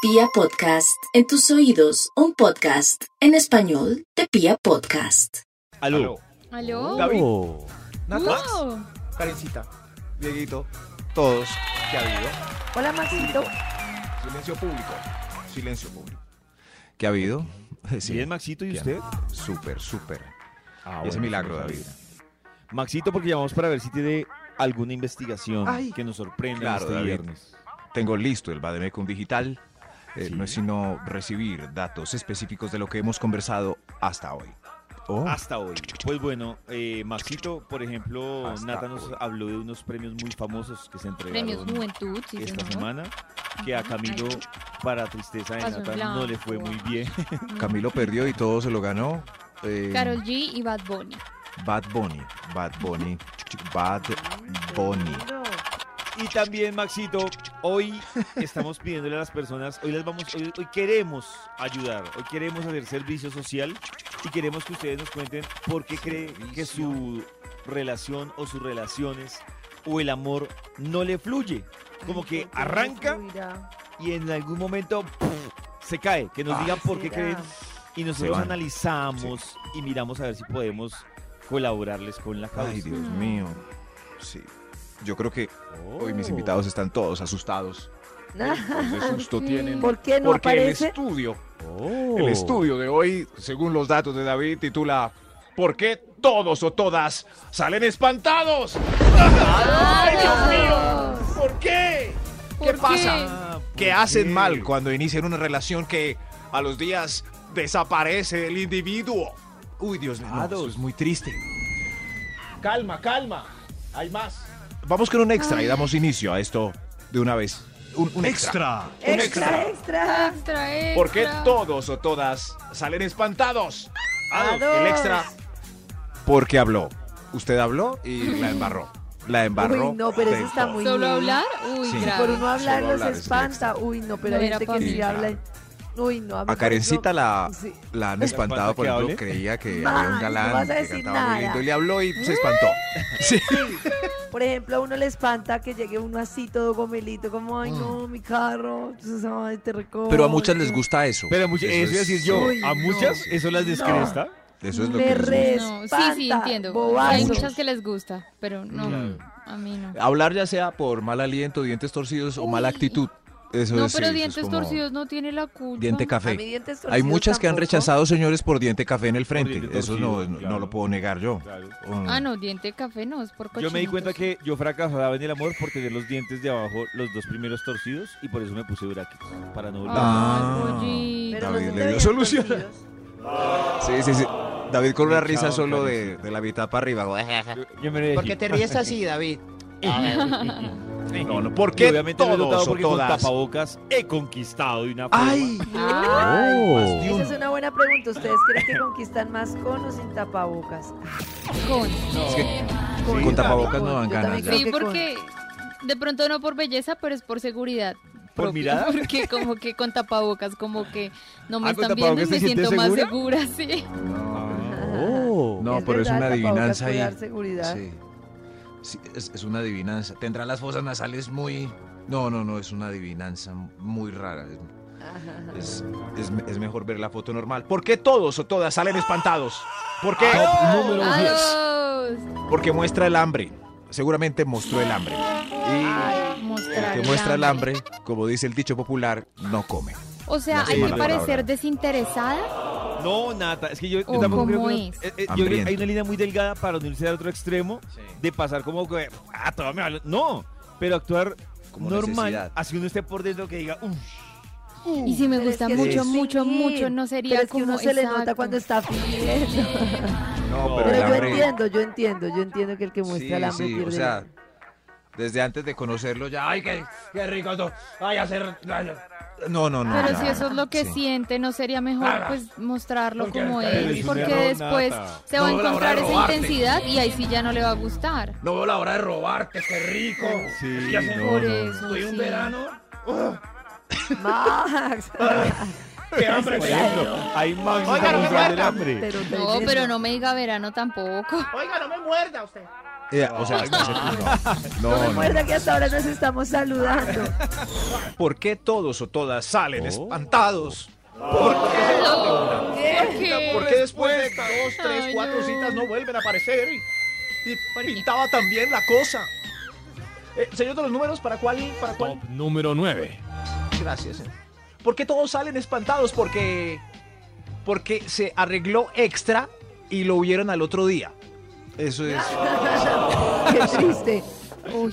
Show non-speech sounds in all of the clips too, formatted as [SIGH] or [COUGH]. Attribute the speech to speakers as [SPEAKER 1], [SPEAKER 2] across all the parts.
[SPEAKER 1] Pia Podcast, en tus oídos, un podcast en español de Pia Podcast.
[SPEAKER 2] Aló.
[SPEAKER 3] ¿Aló?
[SPEAKER 2] David.
[SPEAKER 4] Oh.
[SPEAKER 2] Nat Max,
[SPEAKER 3] Wow.
[SPEAKER 2] Karencita, Dieguito, todos que ha habido.
[SPEAKER 5] Hola, Maxito.
[SPEAKER 2] Silencio público. Silencio público. ¿Qué ha habido? [LAUGHS] Sí,
[SPEAKER 4] Bien, Maxito, ¿y
[SPEAKER 2] ¿qué ha-
[SPEAKER 4] usted?
[SPEAKER 2] Súper, súper.
[SPEAKER 4] Ah,
[SPEAKER 2] Ese
[SPEAKER 4] bueno,
[SPEAKER 2] milagro,
[SPEAKER 4] no
[SPEAKER 2] David.
[SPEAKER 4] sabía. Maxito, porque llamamos para ver si tiene alguna investigación
[SPEAKER 2] Ay,
[SPEAKER 4] que nos sorprenda en
[SPEAKER 2] claro,
[SPEAKER 4] este
[SPEAKER 2] David.
[SPEAKER 4] viernes.
[SPEAKER 2] Tengo listo el Bademecum Digital. Eh,
[SPEAKER 4] Sí.
[SPEAKER 2] No es sino recibir datos específicos de lo que hemos conversado hasta hoy. Ah,
[SPEAKER 4] Hasta hoy. Pues bueno, eh, Maxito, por ejemplo,
[SPEAKER 2] Hasta
[SPEAKER 4] Nata nos
[SPEAKER 2] hoy.
[SPEAKER 4] habló de unos premios muy famosos que se entregaron
[SPEAKER 3] Premios Juventud, sí,
[SPEAKER 4] esta
[SPEAKER 3] señor.
[SPEAKER 4] semana, que a
[SPEAKER 3] Ajá.
[SPEAKER 4] Camilo, para tristeza de
[SPEAKER 3] Pasó en
[SPEAKER 4] Nata, no
[SPEAKER 3] blanco. ah.
[SPEAKER 4] le fue muy bien.
[SPEAKER 2] Camilo perdió y todo se lo ganó. eh,
[SPEAKER 3] Carol G y Bad Bunny.
[SPEAKER 2] Bad Bunny. Bad Bunny. Bad
[SPEAKER 5] Ah,
[SPEAKER 2] Bunny.
[SPEAKER 4] Y también, Maxito, hoy estamos pidiéndole a las personas, hoy las vamos, hoy, hoy queremos ayudar, hoy queremos hacer servicio social y queremos que ustedes nos cuenten por qué cree que su relación o sus relaciones o el amor no le fluye. Como que arranca y en algún momento ¡puf! se cae. Que nos
[SPEAKER 2] Ah,
[SPEAKER 4] digan por qué creen y nosotros
[SPEAKER 2] van.
[SPEAKER 4] analizamos y miramos a ver si podemos colaborarles con la causa.
[SPEAKER 2] Ay, Dios
[SPEAKER 3] Mm.
[SPEAKER 2] mío. Sí. Yo creo que hoy mis
[SPEAKER 4] Oh.
[SPEAKER 2] invitados están todos asustados. Entonces, susto
[SPEAKER 3] Sí.
[SPEAKER 2] tienen.
[SPEAKER 5] ¿Por qué no
[SPEAKER 2] Porque el
[SPEAKER 5] aparece?
[SPEAKER 2] estudio,
[SPEAKER 4] Oh.
[SPEAKER 2] el estudio de hoy, según los datos de David, titula ¿Por qué todos o todas salen espantados? ¡Ay, Dios mío! ¿Por qué?
[SPEAKER 3] ¿Por
[SPEAKER 2] pasa?
[SPEAKER 4] Ah,
[SPEAKER 2] Que
[SPEAKER 4] ¿por qué?
[SPEAKER 2] hacen mal cuando inician una relación que a los días desaparece el individuo. Uy, Dios mío, no, eso es muy triste. Calma, calma. Hay más. Vamos con un extra y damos inicio a esto de una vez. Un, un extra. Un
[SPEAKER 5] Extra,
[SPEAKER 3] qué?
[SPEAKER 5] extra.
[SPEAKER 3] Extra, extra.
[SPEAKER 2] ¿Por qué todos o todas salen espantados?
[SPEAKER 5] A dos.
[SPEAKER 2] Ah, El extra. Porque habló. Usted habló y la embarró. La embarró.
[SPEAKER 5] Uy, no, pero
[SPEAKER 2] de
[SPEAKER 5] eso está
[SPEAKER 2] todo.
[SPEAKER 5] muy
[SPEAKER 3] ¿Solo
[SPEAKER 5] bien.
[SPEAKER 3] hablar? Uy,
[SPEAKER 2] Sí.
[SPEAKER 5] Por
[SPEAKER 3] grave.
[SPEAKER 5] uno hablar
[SPEAKER 2] Solo hablar
[SPEAKER 5] los
[SPEAKER 2] es un
[SPEAKER 5] espanta.
[SPEAKER 2] extra.
[SPEAKER 5] Uy, no, pero
[SPEAKER 3] No
[SPEAKER 5] hay
[SPEAKER 3] era
[SPEAKER 5] gente que sí
[SPEAKER 2] posible.
[SPEAKER 5] habla. Uy, no. mí
[SPEAKER 2] A Karencita
[SPEAKER 5] por
[SPEAKER 2] la,
[SPEAKER 5] ejemplo, sí.
[SPEAKER 2] la han
[SPEAKER 4] ¿Le
[SPEAKER 2] espantado,
[SPEAKER 4] espanta
[SPEAKER 2] por
[SPEAKER 4] que
[SPEAKER 2] ejemplo,
[SPEAKER 4] hable?
[SPEAKER 2] creía que
[SPEAKER 5] Ay,
[SPEAKER 2] había un
[SPEAKER 5] no
[SPEAKER 2] galán
[SPEAKER 5] vas a
[SPEAKER 2] que
[SPEAKER 5] decir
[SPEAKER 2] cantaba muy
[SPEAKER 5] nada. Mm.
[SPEAKER 2] lindo y le habló y se espantó. Sí.
[SPEAKER 5] Por ejemplo, a uno le espanta que llegue uno así todo gomelito, como, ay, no, mi carro. Entonces, ay, te recojo.
[SPEAKER 2] Mm. Pero a muchas les gusta eso.
[SPEAKER 4] Pero muchas, eso, iba a decir yo,
[SPEAKER 5] Uy,
[SPEAKER 4] a
[SPEAKER 5] no.
[SPEAKER 4] muchas eso las descresta.
[SPEAKER 2] Eso es lo
[SPEAKER 5] Me
[SPEAKER 2] que les gusta.
[SPEAKER 5] re-
[SPEAKER 3] No, sí, sí,
[SPEAKER 5] espanta,
[SPEAKER 3] entiendo.
[SPEAKER 5] bobazo.
[SPEAKER 3] Hay muchas que les gusta, pero no,
[SPEAKER 2] Mm.
[SPEAKER 3] a mí no.
[SPEAKER 2] Hablar ya sea por mal aliento, dientes torcidos o mala
[SPEAKER 3] Uy.
[SPEAKER 2] actitud. Eso
[SPEAKER 3] no,
[SPEAKER 2] es,
[SPEAKER 3] pero
[SPEAKER 2] sí, eso es
[SPEAKER 3] dientes
[SPEAKER 2] como
[SPEAKER 3] torcidos no tiene la culpa.
[SPEAKER 2] Diente
[SPEAKER 5] A
[SPEAKER 2] café.
[SPEAKER 5] mí dientes
[SPEAKER 2] Hay
[SPEAKER 5] torcidos
[SPEAKER 2] muchas que han
[SPEAKER 5] tampoco.
[SPEAKER 2] rechazado, señores, por diente café en el frente.
[SPEAKER 4] diente
[SPEAKER 2] Eso no,
[SPEAKER 4] torcido,
[SPEAKER 2] no- no
[SPEAKER 4] claro.
[SPEAKER 2] lo puedo negar yo. Mm.
[SPEAKER 3] Ah, no, diente café no, es por
[SPEAKER 4] Yo me di
[SPEAKER 3] cochinitos.
[SPEAKER 4] cuenta que yo fracasaba en el amor por tener los dientes de abajo, los dos primeros torcidos, y por eso me puse brackets, para no volver. a-
[SPEAKER 2] Ah.
[SPEAKER 3] Ay, pollito.
[SPEAKER 5] Pero
[SPEAKER 2] David
[SPEAKER 5] no son
[SPEAKER 2] le
[SPEAKER 5] de
[SPEAKER 2] dio
[SPEAKER 5] dientes
[SPEAKER 2] solución.
[SPEAKER 5] torcidos.
[SPEAKER 2] Sí, sí, sí. David con una
[SPEAKER 4] Chao,
[SPEAKER 2] risa solo de,
[SPEAKER 4] Karencita.
[SPEAKER 2] de la mitad para arriba.
[SPEAKER 4] Yo me dejé.
[SPEAKER 6] ¿Por qué te ríes
[SPEAKER 4] [LAUGHS]
[SPEAKER 6] así, David?
[SPEAKER 2] No, no, ¿por
[SPEAKER 4] Y
[SPEAKER 2] qué
[SPEAKER 4] obviamente lo he notado
[SPEAKER 2] todos o
[SPEAKER 4] porque con
[SPEAKER 2] todas?
[SPEAKER 4] tapabocas he conquistado de una forma.
[SPEAKER 2] ¡Ay!
[SPEAKER 5] Ay,
[SPEAKER 2] Oh.
[SPEAKER 5] Esa es una buena pregunta. ¿Ustedes creen que conquistan más con o sin tapabocas?
[SPEAKER 3] Con.
[SPEAKER 2] Es que
[SPEAKER 5] Con,
[SPEAKER 2] con tapabocas no
[SPEAKER 5] Con-
[SPEAKER 2] dan
[SPEAKER 5] yo también
[SPEAKER 2] ganas.
[SPEAKER 5] creo
[SPEAKER 3] Sí,
[SPEAKER 5] que con-
[SPEAKER 3] porque de pronto no por belleza, pero es por seguridad.
[SPEAKER 4] ¿Por
[SPEAKER 3] propia,
[SPEAKER 4] mirada?
[SPEAKER 3] [LAUGHS] Porque como que con tapabocas, como que no me
[SPEAKER 4] Ah, ¿con
[SPEAKER 3] están viendo y
[SPEAKER 4] tapabocas te
[SPEAKER 3] me siento
[SPEAKER 4] sientes
[SPEAKER 3] más
[SPEAKER 4] segura?
[SPEAKER 3] segura, sí.
[SPEAKER 4] Ah.
[SPEAKER 2] No,
[SPEAKER 5] Es
[SPEAKER 2] pero es
[SPEAKER 5] verdad,
[SPEAKER 2] una
[SPEAKER 5] tapabocas
[SPEAKER 2] adivinanza
[SPEAKER 5] puede
[SPEAKER 2] ahí.
[SPEAKER 5] dar seguridad.
[SPEAKER 2] Sí. Sí, es, es una adivinanza. Tendrán las fosas nasales muy. No, no, no, es una adivinanza muy rara. Es- Es, es me- es mejor ver la foto normal. ¿Por qué todos o todas salen espantados? ¿Por qué?
[SPEAKER 3] ah, ¡Adiós!
[SPEAKER 2] Porque muestra el hambre. Seguramente mostró el hambre. Y el
[SPEAKER 3] Mostrar
[SPEAKER 2] que
[SPEAKER 3] el
[SPEAKER 2] muestra el
[SPEAKER 3] hambre.
[SPEAKER 2] hambre, como dice el dicho popular, no come.
[SPEAKER 3] O sea,
[SPEAKER 2] No sé
[SPEAKER 3] hay que
[SPEAKER 2] la palabra.
[SPEAKER 3] parecer desinteresada.
[SPEAKER 4] No, nada. Es que yo, yo
[SPEAKER 3] ¿O
[SPEAKER 4] tampoco creo
[SPEAKER 3] cómo
[SPEAKER 4] que.
[SPEAKER 3] es?
[SPEAKER 4] eh, eh, yo creo que hay
[SPEAKER 2] Hambriento.
[SPEAKER 4] una línea muy delgada para no irse al otro extremo de pasar como que. Ah, todavía me hablan". No, pero actuar
[SPEAKER 2] Como
[SPEAKER 4] normal,
[SPEAKER 2] necesidad.
[SPEAKER 4] así uno esté por dentro que diga. "Uf,
[SPEAKER 3] Y si me
[SPEAKER 5] Pero es
[SPEAKER 3] gusta
[SPEAKER 5] que
[SPEAKER 3] mucho,
[SPEAKER 5] sí.
[SPEAKER 3] mucho, mucho, no sería
[SPEAKER 5] Pero es que
[SPEAKER 3] como
[SPEAKER 5] uno se le nota
[SPEAKER 3] exacto.
[SPEAKER 5] cuando está fingiendo.
[SPEAKER 2] [LAUGHS] No,
[SPEAKER 4] Pero
[SPEAKER 5] Pero
[SPEAKER 4] el
[SPEAKER 5] yo entiendo, yo entiendo, yo entiendo que el que muestra el hambre
[SPEAKER 2] sí,
[SPEAKER 5] pierde.
[SPEAKER 2] o
[SPEAKER 5] [LAUGHS]
[SPEAKER 2] sea, desde antes de conocerlo ya, ay, qué, qué rico esto, ay, hacer... No, no, no.
[SPEAKER 3] Pero
[SPEAKER 2] ya,
[SPEAKER 3] si eso es lo que
[SPEAKER 2] Ah, sí.
[SPEAKER 3] siente, ¿no sería mejor pues mostrarlo como
[SPEAKER 4] eres
[SPEAKER 3] es?
[SPEAKER 4] un
[SPEAKER 3] Porque
[SPEAKER 4] error,
[SPEAKER 3] después
[SPEAKER 4] Nata.
[SPEAKER 3] se va a
[SPEAKER 2] No, la hora
[SPEAKER 3] encontrar
[SPEAKER 2] de
[SPEAKER 3] esa
[SPEAKER 2] robarte.
[SPEAKER 3] intensidad y ahí sí ya no le va a gustar.
[SPEAKER 2] No veo la hora de robarte, qué rico.
[SPEAKER 4] Sí,
[SPEAKER 2] Ya se-
[SPEAKER 4] no,
[SPEAKER 3] Por
[SPEAKER 4] no,
[SPEAKER 3] eso. sí.
[SPEAKER 5] Max.
[SPEAKER 2] Qué hambre.
[SPEAKER 4] Por ejemplo, hay Max
[SPEAKER 6] Oiga, no me
[SPEAKER 4] mostrando el
[SPEAKER 6] muerda.
[SPEAKER 4] hambre.
[SPEAKER 5] Pero
[SPEAKER 3] No,
[SPEAKER 5] tremendo.
[SPEAKER 3] pero no me diga verano tampoco.
[SPEAKER 6] Oiga, no me muerda usted.
[SPEAKER 2] Eh, o sea, no sé tú, no. No, no.
[SPEAKER 5] Recuerda que hasta ahora nos
[SPEAKER 2] [LAUGHS]
[SPEAKER 5] estamos saludando.
[SPEAKER 2] ¿Por qué todos o todas salen espantados? ¿Por qué? Oh.
[SPEAKER 3] [LAUGHS]
[SPEAKER 2] ¿Por qué después de dos, tres,
[SPEAKER 3] Ay,
[SPEAKER 2] cuatro
[SPEAKER 3] no.
[SPEAKER 2] citas no vuelven a aparecer? Y, y
[SPEAKER 3] ¿Por qué?
[SPEAKER 2] pintaba también la cosa. Eh, señor de los números, ¿para cuál? ¿Para cuál?
[SPEAKER 6] Top número 9.
[SPEAKER 2] Gracias. señor. ¿Por qué todos salen espantados? Porque, porque se arregló extra y lo vieron al otro día. Eso es.
[SPEAKER 5] Qué triste.
[SPEAKER 3] Uy,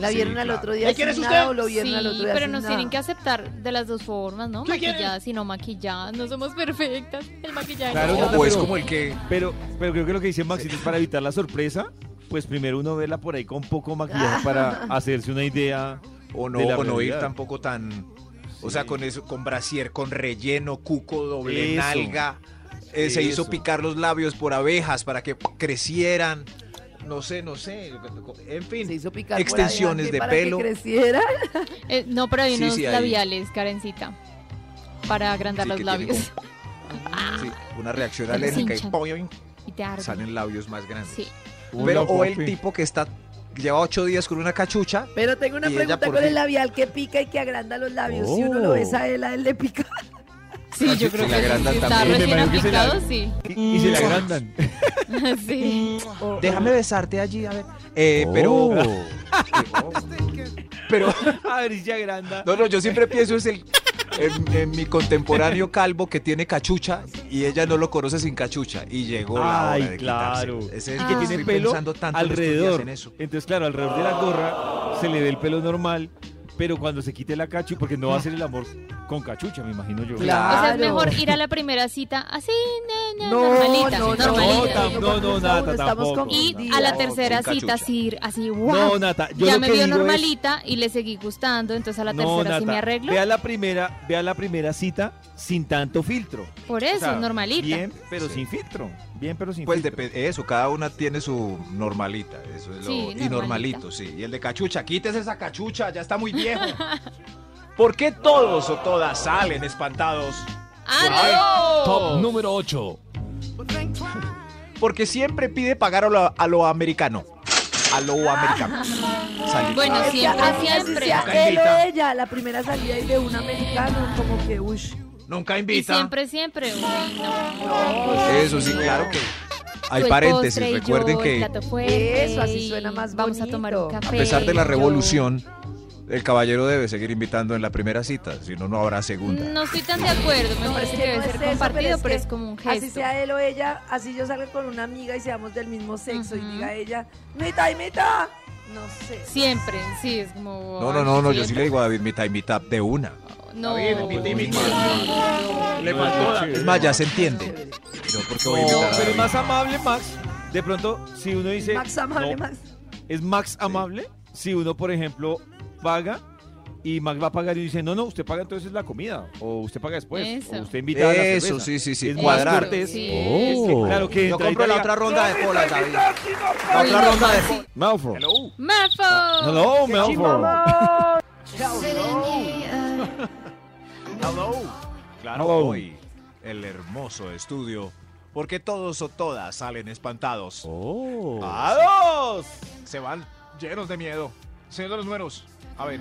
[SPEAKER 5] La
[SPEAKER 6] Sí,
[SPEAKER 5] vieron al
[SPEAKER 6] claro.
[SPEAKER 5] otro día.
[SPEAKER 2] ¿Qué
[SPEAKER 5] sin
[SPEAKER 2] quieres
[SPEAKER 5] nada
[SPEAKER 2] usted?
[SPEAKER 5] o lo vieron al otro
[SPEAKER 3] sí,
[SPEAKER 5] día
[SPEAKER 3] pero
[SPEAKER 5] sin
[SPEAKER 3] nos
[SPEAKER 5] nada?
[SPEAKER 3] tienen que aceptar de las dos formas, ¿no?
[SPEAKER 2] ¿Qué quieren?
[SPEAKER 3] Maquilladas y no maquilladas. No somos perfectas. El maquillaje.
[SPEAKER 4] Claro,
[SPEAKER 3] no
[SPEAKER 4] no,
[SPEAKER 2] o es
[SPEAKER 4] pero-
[SPEAKER 2] como el que.
[SPEAKER 4] Pero, pero creo que lo que dice Maxito es para evitar la sorpresa, pues primero uno verla por ahí con poco maquillaje para hacerse una idea.
[SPEAKER 2] O no,
[SPEAKER 4] de la
[SPEAKER 2] o no ir
[SPEAKER 4] realidad.
[SPEAKER 2] tampoco tan. O sea,
[SPEAKER 4] Sí.
[SPEAKER 2] con eso, con brasier, con relleno, cuco, doble
[SPEAKER 4] Eso.
[SPEAKER 2] nalga. Eh, se hizo
[SPEAKER 4] Eso.
[SPEAKER 2] picar los labios por abejas para que crecieran. No sé, no sé. En fin.
[SPEAKER 5] Se hizo picar por
[SPEAKER 2] Extensiones
[SPEAKER 5] adelante
[SPEAKER 2] de
[SPEAKER 5] para
[SPEAKER 2] pelo.
[SPEAKER 5] Que creciera.
[SPEAKER 3] Eh, no, pero hay
[SPEAKER 2] Sí,
[SPEAKER 3] unos
[SPEAKER 2] sí, ahí.
[SPEAKER 3] labiales, Karencita. Para agrandar
[SPEAKER 2] sí,
[SPEAKER 3] los
[SPEAKER 2] que tiene
[SPEAKER 3] labios.
[SPEAKER 2] como- sí, una reacción
[SPEAKER 3] Se les
[SPEAKER 2] alérgica y
[SPEAKER 3] hinchan.
[SPEAKER 2] ¡poing!
[SPEAKER 3] [LAUGHS] Y te arden.
[SPEAKER 2] salen labios más grandes.
[SPEAKER 3] Sí.
[SPEAKER 2] Pero o el tipo que está lleva ocho días con una cachucha.
[SPEAKER 5] Pero tengo una
[SPEAKER 2] Y ella
[SPEAKER 5] pregunta
[SPEAKER 2] por
[SPEAKER 5] con el
[SPEAKER 2] fin.
[SPEAKER 5] labial que pica y que agranda los labios. Si uno lo
[SPEAKER 6] Oh.
[SPEAKER 5] besa a él, a él le pica.
[SPEAKER 3] Sí, yo creo
[SPEAKER 2] la
[SPEAKER 3] que sí,
[SPEAKER 2] agrandan
[SPEAKER 3] si está
[SPEAKER 2] también.
[SPEAKER 6] Me
[SPEAKER 3] recién
[SPEAKER 6] imagino que se la-
[SPEAKER 3] aplicado, sí. [LAUGHS]
[SPEAKER 4] Y, y se la agrandan. [LAUGHS]
[SPEAKER 3] sí.
[SPEAKER 2] Déjame besarte allí, a ver. Eh, Pero.
[SPEAKER 4] Oh.
[SPEAKER 2] [LAUGHS] Pero.
[SPEAKER 4] A ver, y se agranda.
[SPEAKER 2] No, no, yo siempre pienso es el. En, en mi contemporáneo calvo que tiene cachucha y ella no lo conoce sin cachucha y llegó la hora
[SPEAKER 4] Ay,
[SPEAKER 2] de
[SPEAKER 4] claro.
[SPEAKER 2] quitárselo. Ese es
[SPEAKER 3] Ah.
[SPEAKER 2] el
[SPEAKER 4] que
[SPEAKER 2] que
[SPEAKER 4] tiene
[SPEAKER 2] estoy
[SPEAKER 4] pelo
[SPEAKER 2] pensando tanto en estos días
[SPEAKER 4] alrededor.
[SPEAKER 2] en eso.
[SPEAKER 4] Entonces, claro, alrededor de la gorra se le ve el pelo normal, pero cuando se quite la cachucha, porque no va a ser el amor con cachucha, me imagino yo.
[SPEAKER 5] Claro.
[SPEAKER 3] O sea, es
[SPEAKER 5] Claro.
[SPEAKER 3] mejor ir a la primera cita así, na, na,
[SPEAKER 5] No,
[SPEAKER 3] normalita,
[SPEAKER 5] no, no,
[SPEAKER 3] normalita.
[SPEAKER 4] no, no, no, nada,
[SPEAKER 5] Estamos
[SPEAKER 4] tampoco.
[SPEAKER 3] Y
[SPEAKER 5] confundidas.
[SPEAKER 3] a la
[SPEAKER 2] No,
[SPEAKER 3] tercera
[SPEAKER 2] con
[SPEAKER 3] cita
[SPEAKER 2] cachucha.
[SPEAKER 3] así, así,
[SPEAKER 4] No,
[SPEAKER 3] wow.
[SPEAKER 4] Nata, yo
[SPEAKER 3] ya
[SPEAKER 4] lo
[SPEAKER 3] me
[SPEAKER 4] que
[SPEAKER 3] vio
[SPEAKER 4] digo es-
[SPEAKER 3] normalita y le seguí gustando, entonces a la
[SPEAKER 4] no,
[SPEAKER 3] tercera sí me
[SPEAKER 4] Nata,
[SPEAKER 3] arreglo.
[SPEAKER 4] Vea la primera, vea la primera cita sin tanto filtro.
[SPEAKER 3] Por eso,
[SPEAKER 4] O sea,
[SPEAKER 3] normalita.
[SPEAKER 4] Bien, pero
[SPEAKER 2] Sí.
[SPEAKER 4] sin filtro. Bien, pero sin
[SPEAKER 2] Pues
[SPEAKER 4] filtro.
[SPEAKER 2] depe- eso, cada una tiene su normalita, eso es lo
[SPEAKER 3] Sí,
[SPEAKER 2] y normalito,
[SPEAKER 3] normalita.
[SPEAKER 2] sí. Y el de cachucha, quítese esa cachucha, ya está muy viejo. [LAUGHS] ¿Por qué todos o todas salen espantados?
[SPEAKER 3] ¡Ah,
[SPEAKER 6] Top número 8.
[SPEAKER 2] Porque siempre pide pagar a lo, a lo americano. A lo
[SPEAKER 3] [LAUGHS]
[SPEAKER 2] americano. Salí.
[SPEAKER 3] no! Bueno,
[SPEAKER 5] Es que
[SPEAKER 3] siempre,
[SPEAKER 5] a mí así
[SPEAKER 3] siempre.
[SPEAKER 5] sea
[SPEAKER 2] Nunca
[SPEAKER 5] él o
[SPEAKER 2] invita.
[SPEAKER 5] ella, la primera salida y de un americano, como que, uy,
[SPEAKER 2] Nunca
[SPEAKER 3] Y
[SPEAKER 2] invita.
[SPEAKER 3] siempre, siempre. Uy, no.
[SPEAKER 2] Eso sí, claro que. Hay
[SPEAKER 3] Tú el
[SPEAKER 2] paréntesis,
[SPEAKER 3] postre y yo
[SPEAKER 2] recuerden
[SPEAKER 3] el
[SPEAKER 2] que
[SPEAKER 3] plato fuerte
[SPEAKER 5] Eso, así
[SPEAKER 3] y
[SPEAKER 5] suena más
[SPEAKER 3] Vamos a
[SPEAKER 5] bonito.
[SPEAKER 3] tomar un
[SPEAKER 5] A
[SPEAKER 2] a
[SPEAKER 3] café.
[SPEAKER 2] pesar de la
[SPEAKER 3] yo-
[SPEAKER 2] revolución, el caballero debe seguir invitando en la primera cita, si no, no habrá segunda.
[SPEAKER 3] No estoy tan de acuerdo, me
[SPEAKER 5] No,
[SPEAKER 3] parece
[SPEAKER 5] es
[SPEAKER 3] que
[SPEAKER 5] que
[SPEAKER 3] debe
[SPEAKER 5] no es
[SPEAKER 3] ser
[SPEAKER 5] eso,
[SPEAKER 3] compartido,
[SPEAKER 5] pero
[SPEAKER 3] pero
[SPEAKER 5] es
[SPEAKER 3] es,
[SPEAKER 5] que
[SPEAKER 3] como un gesto.
[SPEAKER 5] así sea él o ella, así yo salga con una amiga y seamos del mismo sexo y
[SPEAKER 3] Ujú.
[SPEAKER 5] diga ella, mitad y mitad. No sé.
[SPEAKER 3] Siempre, sí, es como...
[SPEAKER 2] No, no, no, no, yo sí le digo a David mitad y mitad de una.
[SPEAKER 3] No,
[SPEAKER 2] David,
[SPEAKER 3] no,
[SPEAKER 2] invita y invita.
[SPEAKER 3] no.
[SPEAKER 4] No, no,
[SPEAKER 2] Es
[SPEAKER 4] sí,
[SPEAKER 2] más, ya
[SPEAKER 4] no.
[SPEAKER 2] se entiende.
[SPEAKER 5] Chévere.
[SPEAKER 2] No, porque voy a
[SPEAKER 4] No,
[SPEAKER 2] invitar a
[SPEAKER 4] pero es
[SPEAKER 2] David.
[SPEAKER 4] más amable, Max. De pronto, si uno dice.
[SPEAKER 5] Max amable,
[SPEAKER 4] no,
[SPEAKER 5] Max.
[SPEAKER 4] Es Max amable. Si uno, por ejemplo, paga y Max va a pagar y dice, no, no, usted paga entonces la comida. O usted paga después.
[SPEAKER 3] Eso.
[SPEAKER 4] O usted invita a la
[SPEAKER 2] Eso,
[SPEAKER 4] cerveza.
[SPEAKER 2] sí, sí, sí.
[SPEAKER 4] Es más
[SPEAKER 2] Cuadrar. Oh.
[SPEAKER 4] cortés.
[SPEAKER 3] Sí.
[SPEAKER 4] Es que, claro que
[SPEAKER 2] Yo
[SPEAKER 4] entra y
[SPEAKER 2] compro la
[SPEAKER 4] diga,
[SPEAKER 2] otra ronda de polas, David. La
[SPEAKER 3] Uy,
[SPEAKER 2] otra
[SPEAKER 3] no,
[SPEAKER 2] ronda de
[SPEAKER 3] sí.
[SPEAKER 2] polas.
[SPEAKER 4] Malfoy.
[SPEAKER 3] ¡Mafo!
[SPEAKER 4] Hello, Malfoy.
[SPEAKER 2] Hello. Claro,
[SPEAKER 4] Hello.
[SPEAKER 2] hoy el hermoso estudio. Porque todos o todas salen espantados.
[SPEAKER 6] Oh.
[SPEAKER 2] Ah,
[SPEAKER 4] ¡A dos!
[SPEAKER 2] Se van llenos de miedo. Señor de los números, a ver,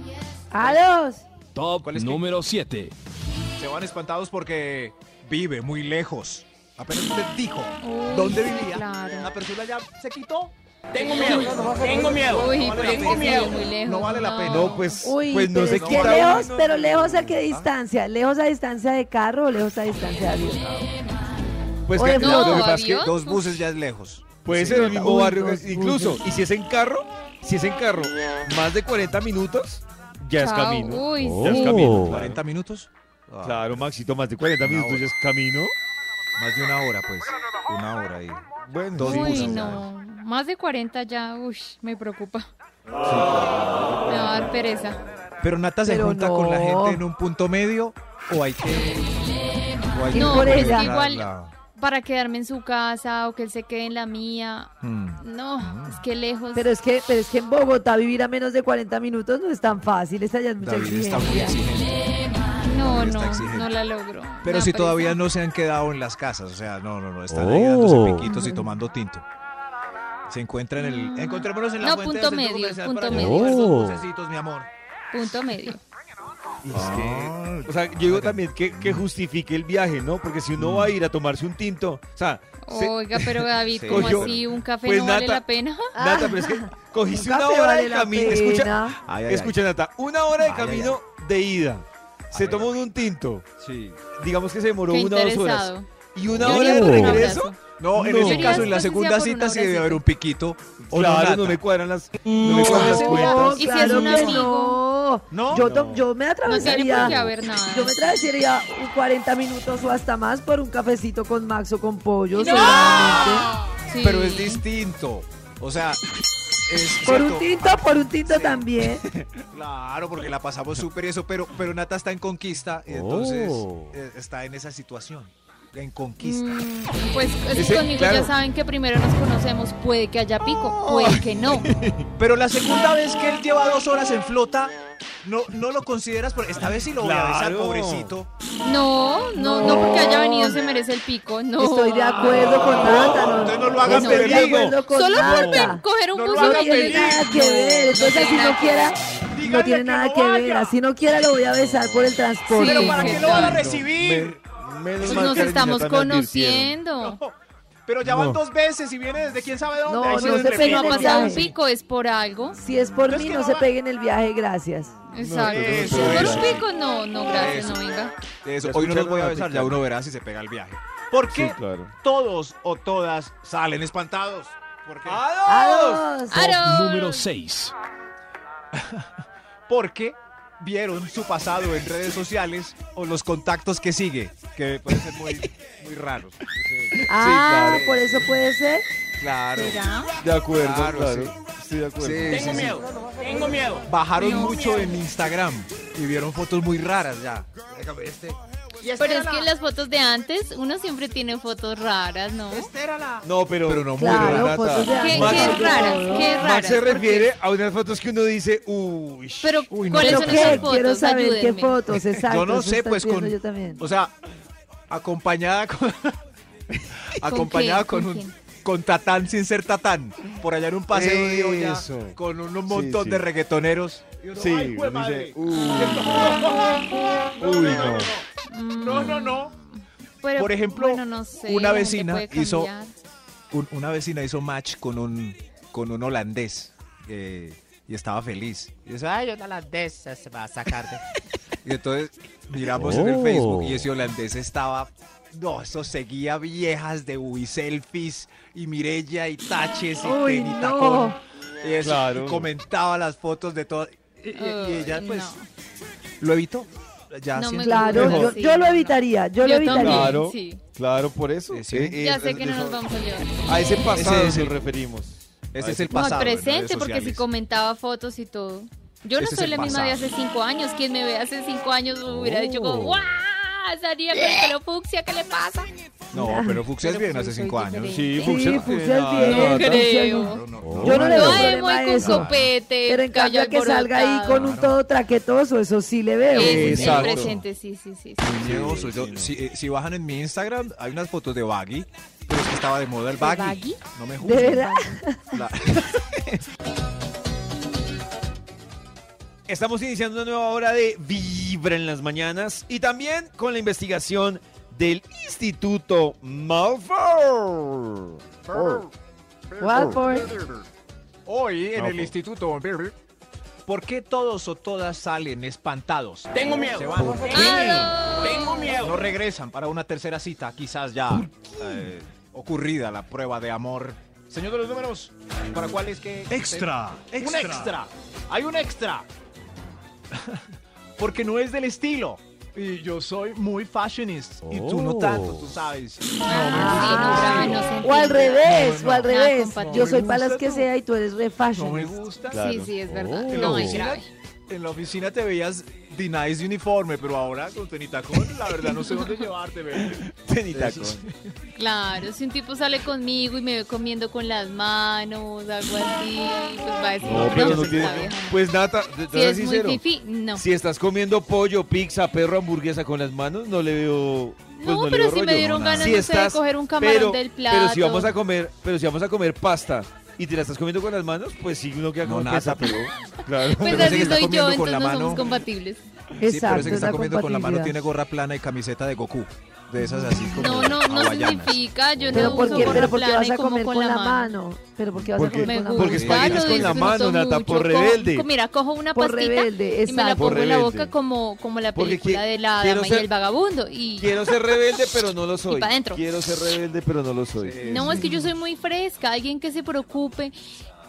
[SPEAKER 5] A dos.
[SPEAKER 6] Top
[SPEAKER 2] ¿Cuál es que-
[SPEAKER 6] número 7.
[SPEAKER 2] se van espantados porque vive muy lejos. Apenas usted dijo
[SPEAKER 3] Uy,
[SPEAKER 2] dónde
[SPEAKER 3] sí,
[SPEAKER 2] vivía.
[SPEAKER 3] claro.
[SPEAKER 2] La persona ya se quitó.
[SPEAKER 7] Tengo miedo, tengo miedo.
[SPEAKER 3] Uy,
[SPEAKER 2] vale
[SPEAKER 3] pero
[SPEAKER 2] la
[SPEAKER 3] es que
[SPEAKER 2] pena.
[SPEAKER 3] se ve muy lejos.
[SPEAKER 2] No vale la pena.
[SPEAKER 4] No, pues,
[SPEAKER 5] Uy,
[SPEAKER 4] pues no
[SPEAKER 5] pero
[SPEAKER 4] se
[SPEAKER 5] es que
[SPEAKER 4] quita
[SPEAKER 5] lejos,
[SPEAKER 4] uno.
[SPEAKER 5] pero lejos a qué distancia, lejos a distancia de carro o lejos a distancia de avión.
[SPEAKER 4] Pues
[SPEAKER 5] Oye,
[SPEAKER 4] que-
[SPEAKER 5] no,
[SPEAKER 4] lo que pasa es que
[SPEAKER 3] avión.
[SPEAKER 2] Dos buses ya es lejos.
[SPEAKER 4] puede
[SPEAKER 2] Sí,
[SPEAKER 4] ser el
[SPEAKER 2] ¿verdad?
[SPEAKER 4] mismo
[SPEAKER 5] Uy,
[SPEAKER 4] barrio.
[SPEAKER 5] Dios,
[SPEAKER 4] que- incluso, y si es en carro, si es en carro, más de 40 minutos, ya es
[SPEAKER 3] Chao.
[SPEAKER 4] camino.
[SPEAKER 3] Uy,
[SPEAKER 4] Ya es
[SPEAKER 3] sí.
[SPEAKER 4] camino.
[SPEAKER 5] Oh.
[SPEAKER 4] claro.
[SPEAKER 2] 40 minutos. Ah,
[SPEAKER 4] Claro, Maxito, más de 40
[SPEAKER 2] Una
[SPEAKER 4] minutos
[SPEAKER 2] hora.
[SPEAKER 4] ya es camino.
[SPEAKER 2] Más de una hora, pues. Una hora ahí.
[SPEAKER 4] Bueno,
[SPEAKER 2] Dos
[SPEAKER 4] sí,
[SPEAKER 2] buses.
[SPEAKER 3] Uy,
[SPEAKER 4] sí.
[SPEAKER 3] no. Más de 40 ya, uy, me preocupa. Me va a dar pereza.
[SPEAKER 2] Pero Nata se
[SPEAKER 5] Pero
[SPEAKER 2] junta con la
[SPEAKER 5] no.
[SPEAKER 2] gente en un punto medio o hay que. o hay
[SPEAKER 5] Ir
[SPEAKER 2] que
[SPEAKER 5] por
[SPEAKER 2] poner
[SPEAKER 5] ella.
[SPEAKER 3] Igual- Para quedarme en su casa o que él se quede en la mía.
[SPEAKER 2] Hmm.
[SPEAKER 3] No, es que lejos.
[SPEAKER 5] Pero es que, pero es que en Bogotá vivir a menos de 40 minutos no es tan fácil, esta ya es mucha
[SPEAKER 2] David está muy
[SPEAKER 5] exigencia.
[SPEAKER 2] exigente.
[SPEAKER 3] no,
[SPEAKER 2] está
[SPEAKER 3] no,
[SPEAKER 2] exigente.
[SPEAKER 3] no la logro.
[SPEAKER 2] Pero si todavía no se han quedado en las casas, o sea, no, no, no, están ahí
[SPEAKER 6] Oh.
[SPEAKER 2] dándose piquitos y tomando tinto. Se encuentra en el. Encontrémonos en la
[SPEAKER 3] Mm. No,
[SPEAKER 2] fuente
[SPEAKER 3] punto
[SPEAKER 2] del centro
[SPEAKER 3] medio,
[SPEAKER 2] comercial
[SPEAKER 3] punto
[SPEAKER 2] para que
[SPEAKER 3] medio.
[SPEAKER 2] juguemos los
[SPEAKER 6] Oh.
[SPEAKER 2] dulcecitos, mi amor. [LAUGHS]
[SPEAKER 3] Punto medio.
[SPEAKER 4] O sea, yo digo también que, que justifique el viaje, ¿no? Porque si uno
[SPEAKER 2] Mm.
[SPEAKER 4] va a ir a tomarse un tinto, o sea, se-
[SPEAKER 5] Oh.
[SPEAKER 3] Oiga, pero David,
[SPEAKER 2] Sí.
[SPEAKER 3] ¿cómo
[SPEAKER 4] Cogió-
[SPEAKER 3] así? ¿Un café
[SPEAKER 4] pues
[SPEAKER 3] no vale
[SPEAKER 4] nata.
[SPEAKER 2] [LAUGHS]
[SPEAKER 3] la pena?
[SPEAKER 4] Nata, pero es
[SPEAKER 5] [LAUGHS]
[SPEAKER 4] que cogiste
[SPEAKER 5] Nunca
[SPEAKER 4] una
[SPEAKER 5] se
[SPEAKER 4] hora
[SPEAKER 5] vale
[SPEAKER 4] de
[SPEAKER 5] la
[SPEAKER 4] camino. Escucha,
[SPEAKER 5] pena.
[SPEAKER 2] Ay, ay,
[SPEAKER 4] escucha, Nata, una hora de
[SPEAKER 2] Ay, ay,
[SPEAKER 4] camino de ida. Se
[SPEAKER 2] Ay,
[SPEAKER 4] tomó un tinto.
[SPEAKER 2] ay. Sí.
[SPEAKER 4] Digamos que se demoró
[SPEAKER 3] Qué
[SPEAKER 4] una o dos horas.
[SPEAKER 3] interesado.
[SPEAKER 4] Y una
[SPEAKER 6] Yo
[SPEAKER 4] hora
[SPEAKER 6] iría
[SPEAKER 4] de
[SPEAKER 6] por un
[SPEAKER 4] regreso.
[SPEAKER 2] No, en
[SPEAKER 4] No.
[SPEAKER 2] ese
[SPEAKER 4] Yo
[SPEAKER 2] caso, en la
[SPEAKER 3] diría, pues,
[SPEAKER 2] segunda
[SPEAKER 3] si sea por
[SPEAKER 2] cita
[SPEAKER 3] una
[SPEAKER 2] sí debe
[SPEAKER 3] hora,
[SPEAKER 2] haber
[SPEAKER 3] sí.
[SPEAKER 2] un piquito. o no,
[SPEAKER 4] Claro, no
[SPEAKER 2] nata.
[SPEAKER 4] me cuadran las, no me cuadran las
[SPEAKER 5] No,
[SPEAKER 4] cuentas.
[SPEAKER 3] Y si
[SPEAKER 5] claro
[SPEAKER 3] es un
[SPEAKER 5] que
[SPEAKER 3] amigo.
[SPEAKER 2] ¿No?
[SPEAKER 5] Yo, to- yo me
[SPEAKER 3] No tiene
[SPEAKER 5] atravesaría.
[SPEAKER 3] por qué haber nada.
[SPEAKER 5] yo me atravesaría un 40 minutos o hasta más por un cafecito con Max o con pollo,
[SPEAKER 3] ¡No!
[SPEAKER 5] seguramente.
[SPEAKER 3] Sí.
[SPEAKER 2] Pero es distinto. O sea, es
[SPEAKER 5] Por
[SPEAKER 2] cierto.
[SPEAKER 5] un tinto, por un tinto también.
[SPEAKER 2] Claro, porque la pasamos súper y eso, pero, pero Nata está en conquista, y entonces
[SPEAKER 6] Oh.
[SPEAKER 2] eh, está en esa situación, en conquista.
[SPEAKER 3] Mm, Pues es que
[SPEAKER 4] Ese,
[SPEAKER 3] conmigo
[SPEAKER 4] claro.
[SPEAKER 3] ya saben que primero nos conocemos, puede que haya pico, puede que no.
[SPEAKER 2] Pero la segunda vez que él lleva dos horas en flota, no, no lo consideras, porque esta vez sí lo voy a besar,
[SPEAKER 4] Claro.
[SPEAKER 2] pobrecito.
[SPEAKER 3] No, no, no porque haya venido se merece el pico, no.
[SPEAKER 5] Estoy de acuerdo con Nata. No,
[SPEAKER 2] Entonces no lo hagan
[SPEAKER 5] no estoy de
[SPEAKER 2] perdido.
[SPEAKER 5] acuerdo con
[SPEAKER 3] Solo por
[SPEAKER 5] Nata.
[SPEAKER 3] ven- coger un
[SPEAKER 2] No lo
[SPEAKER 3] bus
[SPEAKER 5] No
[SPEAKER 2] hagan
[SPEAKER 3] y que
[SPEAKER 5] tiene
[SPEAKER 2] feliz.
[SPEAKER 3] diga,
[SPEAKER 5] nada que ver. Entonces, así
[SPEAKER 3] nada
[SPEAKER 5] no quiera,
[SPEAKER 2] Díganle
[SPEAKER 5] no tiene
[SPEAKER 2] que
[SPEAKER 5] nada
[SPEAKER 2] no
[SPEAKER 5] que ver.
[SPEAKER 2] vaya.
[SPEAKER 5] Así no quiera, lo voy a besar por el transporte.
[SPEAKER 3] Sí,
[SPEAKER 2] Pero ¿para
[SPEAKER 3] qué
[SPEAKER 2] qué lo van a
[SPEAKER 3] tal.
[SPEAKER 2] recibir?
[SPEAKER 4] Me- menos
[SPEAKER 3] pues
[SPEAKER 4] mal
[SPEAKER 3] nos
[SPEAKER 4] que
[SPEAKER 3] estamos
[SPEAKER 4] ya me advirtieron.
[SPEAKER 3] conociendo.
[SPEAKER 2] Pero ya van
[SPEAKER 4] No.
[SPEAKER 2] dos veces y viene desde quién sabe dónde.
[SPEAKER 5] No,
[SPEAKER 2] ahí sí
[SPEAKER 5] no
[SPEAKER 2] les
[SPEAKER 5] se
[SPEAKER 2] repito.
[SPEAKER 3] Si no ha
[SPEAKER 5] Feliz
[SPEAKER 3] pasado un
[SPEAKER 5] viaje.
[SPEAKER 3] pico es por algo.
[SPEAKER 5] Si es por
[SPEAKER 2] Entonces,
[SPEAKER 5] mí,
[SPEAKER 2] que
[SPEAKER 5] no
[SPEAKER 2] no
[SPEAKER 5] se
[SPEAKER 2] va-
[SPEAKER 5] peguen el viaje, gracias.
[SPEAKER 3] Exacto.
[SPEAKER 2] eso,
[SPEAKER 3] Si es por
[SPEAKER 2] eso.
[SPEAKER 3] un pico, no, no, gracias,
[SPEAKER 2] Eso.
[SPEAKER 3] no venga.
[SPEAKER 2] Eso,
[SPEAKER 4] Ya
[SPEAKER 2] hoy no los voy
[SPEAKER 4] escucharon
[SPEAKER 2] a
[SPEAKER 4] a
[SPEAKER 2] besar,
[SPEAKER 4] Nata.
[SPEAKER 2] ya uno verá si se pega el viaje. ¿Por qué
[SPEAKER 4] Sí, claro.
[SPEAKER 2] todos o todas salen espantados? Porque,
[SPEAKER 4] Ah,
[SPEAKER 5] Adiós.
[SPEAKER 3] Aro.
[SPEAKER 6] Número 6.
[SPEAKER 2] porque vieron su pasado en redes sociales o los contactos que sigue, que pueden ser muy, muy raros. Sí,
[SPEAKER 5] Ah,
[SPEAKER 2] claro.
[SPEAKER 5] por eso puede ser.
[SPEAKER 2] Claro.
[SPEAKER 3] ¿Será?
[SPEAKER 4] De acuerdo,
[SPEAKER 2] Claro,
[SPEAKER 4] claro.
[SPEAKER 2] sí.
[SPEAKER 4] Estoy de acuerdo.
[SPEAKER 2] Sí, sí,
[SPEAKER 7] Tengo
[SPEAKER 2] sí.
[SPEAKER 7] miedo. Tengo miedo.
[SPEAKER 2] Bajaron
[SPEAKER 3] Dios
[SPEAKER 2] mucho
[SPEAKER 3] mío.
[SPEAKER 2] en Instagram y vieron fotos muy raras ya. Déjame Este,
[SPEAKER 3] Pero es que en las fotos de antes, uno siempre tiene fotos raras, ¿no?
[SPEAKER 4] No, pero,
[SPEAKER 2] pero no muy
[SPEAKER 5] Claro,
[SPEAKER 2] raras.
[SPEAKER 4] Renata.
[SPEAKER 5] fotos de
[SPEAKER 4] ¿Qué-
[SPEAKER 3] Qué,
[SPEAKER 5] antes.
[SPEAKER 4] Max-
[SPEAKER 3] qué
[SPEAKER 5] Claro.
[SPEAKER 3] raras, qué raras.
[SPEAKER 4] Max se
[SPEAKER 3] porque-
[SPEAKER 4] refiere a unas fotos que uno dice, uy.
[SPEAKER 3] Pero,
[SPEAKER 2] Uy, no,
[SPEAKER 3] ¿cuáles
[SPEAKER 5] ¿Pero
[SPEAKER 3] son
[SPEAKER 5] qué?
[SPEAKER 3] esas
[SPEAKER 5] Quiero
[SPEAKER 3] fotos?
[SPEAKER 5] saber qué
[SPEAKER 3] Ayúdenme.
[SPEAKER 5] fotos, exacto.
[SPEAKER 2] yo no
[SPEAKER 5] eso
[SPEAKER 2] sé,
[SPEAKER 5] está
[SPEAKER 2] pues
[SPEAKER 5] viendo
[SPEAKER 2] con.
[SPEAKER 5] Yo también.
[SPEAKER 2] O sea, acompañada con. [LAUGHS] acompañada
[SPEAKER 3] quién?
[SPEAKER 2] con,
[SPEAKER 3] ¿Con
[SPEAKER 2] un. Con Tatán sin ser Tatán. Por allá en un paseo de olla.
[SPEAKER 4] Eso.
[SPEAKER 2] Con un, un montón
[SPEAKER 4] sí.
[SPEAKER 2] de reggaetoneros. Y uno,
[SPEAKER 4] Sí,
[SPEAKER 2] "Ay, jue
[SPEAKER 4] uno dice,
[SPEAKER 2] madre".
[SPEAKER 4] uy. Uy, no.
[SPEAKER 3] Mm,
[SPEAKER 2] No, no, no.
[SPEAKER 3] pero,
[SPEAKER 2] Por ejemplo,
[SPEAKER 3] bueno, no sé,
[SPEAKER 2] una
[SPEAKER 3] la gente
[SPEAKER 2] vecina
[SPEAKER 3] puede
[SPEAKER 2] hizo-
[SPEAKER 3] cambiar.
[SPEAKER 2] Un- una vecina hizo match con un, con un holandés eh, y estaba feliz. Y dice, ay, holandés se va a sacar
[SPEAKER 5] [LAUGHS]
[SPEAKER 2] de-". Y entonces miramos en el
[SPEAKER 6] Oh.
[SPEAKER 2] Facebook y ese holandés estaba. No, eso seguía viejas de Uy Selfies y Mirella y Taches y
[SPEAKER 5] Uy,
[SPEAKER 2] Teni
[SPEAKER 5] no.
[SPEAKER 2] Tacón. Y eso,
[SPEAKER 4] Claro.
[SPEAKER 2] y comentaba las fotos de todo. Y, y- y ella,
[SPEAKER 3] Ay,
[SPEAKER 2] pues,
[SPEAKER 3] no.
[SPEAKER 2] lo evitó. Ya
[SPEAKER 3] No
[SPEAKER 2] siendo-
[SPEAKER 3] me
[SPEAKER 5] Claro,
[SPEAKER 4] Mejor.
[SPEAKER 5] yo, yo lo evitaría, yo, lo
[SPEAKER 3] Yo
[SPEAKER 5] evitaría.
[SPEAKER 3] también.
[SPEAKER 4] Claro,
[SPEAKER 3] sí.
[SPEAKER 4] claro, por eso.
[SPEAKER 2] Sí, sí.
[SPEAKER 3] Ya sé que no nos
[SPEAKER 4] eso-
[SPEAKER 3] vamos a llevar.
[SPEAKER 4] A ese pasado
[SPEAKER 2] Ese es el-
[SPEAKER 4] nos referimos.
[SPEAKER 2] Ese
[SPEAKER 4] A
[SPEAKER 2] es el
[SPEAKER 3] No,
[SPEAKER 2] pasado.
[SPEAKER 3] al
[SPEAKER 2] en redes
[SPEAKER 3] presente, porque si
[SPEAKER 2] sociales.
[SPEAKER 3] comentaba fotos y todo. Yo no
[SPEAKER 2] Ese es
[SPEAKER 3] soy
[SPEAKER 2] el
[SPEAKER 3] la misma de
[SPEAKER 2] pasado.
[SPEAKER 3] hace cinco años. Quien me ve hace cinco años me hubiera dicho como,
[SPEAKER 6] Oh.
[SPEAKER 3] ¡guau! Salía con el pelo fucsia, ¿qué le pasa?
[SPEAKER 2] No, pero Fuxia es
[SPEAKER 3] Pero
[SPEAKER 2] bien
[SPEAKER 3] pues
[SPEAKER 2] hace
[SPEAKER 3] soy
[SPEAKER 2] cinco años.
[SPEAKER 3] diferente.
[SPEAKER 4] Sí,
[SPEAKER 5] Sí,
[SPEAKER 4] fucsia.
[SPEAKER 5] fucsia es
[SPEAKER 4] Ah,
[SPEAKER 5] bien,
[SPEAKER 4] no,
[SPEAKER 3] No
[SPEAKER 5] fucsia es bien.
[SPEAKER 3] creo.
[SPEAKER 2] No, no,
[SPEAKER 5] Yo no le veo
[SPEAKER 3] No hay
[SPEAKER 5] problema a
[SPEAKER 3] muy con
[SPEAKER 5] eso.
[SPEAKER 3] copete,
[SPEAKER 5] Pero en cambio
[SPEAKER 3] cabello
[SPEAKER 5] a que salga ahí con un
[SPEAKER 2] Claro.
[SPEAKER 5] todo traquetoso, eso sí le veo.
[SPEAKER 3] Ese es el
[SPEAKER 4] Exacto.
[SPEAKER 3] presente, sí, sí, sí. sí.
[SPEAKER 2] Muy miedoso. Yo- si, eh, si bajan en mi Instagram, hay unas fotos de Baggy, pero es que estaba de moda el Baggy.
[SPEAKER 3] Baggy?
[SPEAKER 2] No me
[SPEAKER 5] ¿De
[SPEAKER 2] juzguen.
[SPEAKER 5] verdad?
[SPEAKER 2] La-
[SPEAKER 4] Estamos iniciando una nueva hora de Vibra en las mañanas y también con la investigación del Instituto Malfour.
[SPEAKER 5] Walford.
[SPEAKER 2] Hoy en
[SPEAKER 4] No,
[SPEAKER 2] el
[SPEAKER 4] po.
[SPEAKER 2] Instituto ¿Por qué todos o todas salen espantados?
[SPEAKER 7] Tengo
[SPEAKER 2] Se
[SPEAKER 7] miedo.
[SPEAKER 2] van.
[SPEAKER 3] ¡Aro!
[SPEAKER 7] Tengo miedo.
[SPEAKER 2] No regresan para una tercera cita, quizás ya eh, ocurrida la prueba de amor. Señor de los números, ¿para cuál es que...? Un extra. Hay un extra. [LAUGHS] Porque no es del estilo. Y yo soy muy fashionista. Y tú no
[SPEAKER 6] Oh.
[SPEAKER 2] tanto, tú sabes.
[SPEAKER 3] Ah, sí, no, brava, no
[SPEAKER 5] O al
[SPEAKER 3] sentí.
[SPEAKER 5] revés, o al
[SPEAKER 3] No,
[SPEAKER 5] revés.
[SPEAKER 3] compatible.
[SPEAKER 5] Yo soy para las
[SPEAKER 2] Gusta
[SPEAKER 5] que
[SPEAKER 2] tú.
[SPEAKER 5] sea y tú eres re
[SPEAKER 2] No me
[SPEAKER 5] fashion.
[SPEAKER 2] gusta.
[SPEAKER 3] Sí,
[SPEAKER 4] Claro.
[SPEAKER 3] sí, es verdad. No,
[SPEAKER 6] Oh.
[SPEAKER 2] En la
[SPEAKER 3] es
[SPEAKER 2] oficina-
[SPEAKER 3] grave.
[SPEAKER 2] En la oficina te veías de nice uniforme, pero ahora con tenitacón, la verdad no sé dónde llevarte,
[SPEAKER 3] [LAUGHS]
[SPEAKER 2] bebé.
[SPEAKER 4] Tenitacón.
[SPEAKER 3] Claro, si un tipo sale conmigo y me ve comiendo con las manos, algo así, pues va a decir,
[SPEAKER 4] No, pero no
[SPEAKER 3] esta
[SPEAKER 4] tiene.
[SPEAKER 3] vieja no".
[SPEAKER 4] Pues Nata, te- te
[SPEAKER 3] Si
[SPEAKER 4] voy a
[SPEAKER 3] es
[SPEAKER 4] ser
[SPEAKER 3] muy
[SPEAKER 4] sincero.
[SPEAKER 3] fifi, no.
[SPEAKER 4] Si estás comiendo pollo, pizza, perro, hamburguesa con las manos, no le veo. pues,
[SPEAKER 3] No,
[SPEAKER 4] le
[SPEAKER 3] pero
[SPEAKER 4] veo
[SPEAKER 3] si me
[SPEAKER 4] rollo.
[SPEAKER 3] dieron ganas,
[SPEAKER 4] Si
[SPEAKER 3] no sé, de
[SPEAKER 4] estás-
[SPEAKER 3] coger un camarón
[SPEAKER 4] pero-
[SPEAKER 3] del
[SPEAKER 4] Pero si
[SPEAKER 3] plato.
[SPEAKER 4] vamos a comer, pero si vamos a comer pasta y te la estás comiendo con las manos, pues sí, uno queda
[SPEAKER 2] No,
[SPEAKER 4] como
[SPEAKER 2] nada,
[SPEAKER 4] pesa,
[SPEAKER 2] pero-
[SPEAKER 4] [LAUGHS] Claro.
[SPEAKER 3] Pues
[SPEAKER 2] Pero ese que
[SPEAKER 3] así
[SPEAKER 2] está
[SPEAKER 3] soy yo,
[SPEAKER 2] comiendo con
[SPEAKER 3] entonces
[SPEAKER 2] la
[SPEAKER 3] no somos
[SPEAKER 2] mano-
[SPEAKER 3] compatibles.
[SPEAKER 2] sí, pero ese que está
[SPEAKER 5] una
[SPEAKER 2] comiendo con la mano
[SPEAKER 5] compatibilidad.
[SPEAKER 2] tiene gorra plana y camiseta de Goku. De esas así como
[SPEAKER 3] No, no,
[SPEAKER 4] Ah,
[SPEAKER 3] no
[SPEAKER 2] hawaianas.
[SPEAKER 3] significa, yo
[SPEAKER 5] Pero
[SPEAKER 3] no
[SPEAKER 5] ¿por
[SPEAKER 3] uso
[SPEAKER 5] qué?
[SPEAKER 3] gorra
[SPEAKER 5] ¿Pero por qué
[SPEAKER 3] plana
[SPEAKER 5] vas
[SPEAKER 3] y
[SPEAKER 5] a
[SPEAKER 3] como
[SPEAKER 5] comer
[SPEAKER 3] con la mano.
[SPEAKER 5] ¿Pero por qué vas
[SPEAKER 4] Porque-
[SPEAKER 5] a comer
[SPEAKER 3] Me
[SPEAKER 5] con la mano?
[SPEAKER 4] porque
[SPEAKER 3] gusta,
[SPEAKER 4] espaguetis
[SPEAKER 3] lo
[SPEAKER 4] con la
[SPEAKER 3] disfruto
[SPEAKER 4] mano, Nata,
[SPEAKER 3] mucho.
[SPEAKER 4] por
[SPEAKER 3] Cojo-
[SPEAKER 4] rebelde.
[SPEAKER 3] mira, cojo una
[SPEAKER 5] Por
[SPEAKER 3] pastita
[SPEAKER 5] rebelde,
[SPEAKER 3] y me la
[SPEAKER 5] exacto.
[SPEAKER 4] Por
[SPEAKER 3] pongo en la
[SPEAKER 4] rebelde.
[SPEAKER 3] boca como, como la
[SPEAKER 4] Porque
[SPEAKER 3] película
[SPEAKER 4] qui-
[SPEAKER 3] de la
[SPEAKER 4] quiero
[SPEAKER 3] dama y
[SPEAKER 4] ser-
[SPEAKER 3] el vagabundo. Y
[SPEAKER 4] Quiero ser rebelde, pero no lo soy.
[SPEAKER 3] pa' dentro.
[SPEAKER 4] Quiero ser rebelde, pero no lo soy.
[SPEAKER 3] no, es que yo soy muy fresca, alguien que se preocupe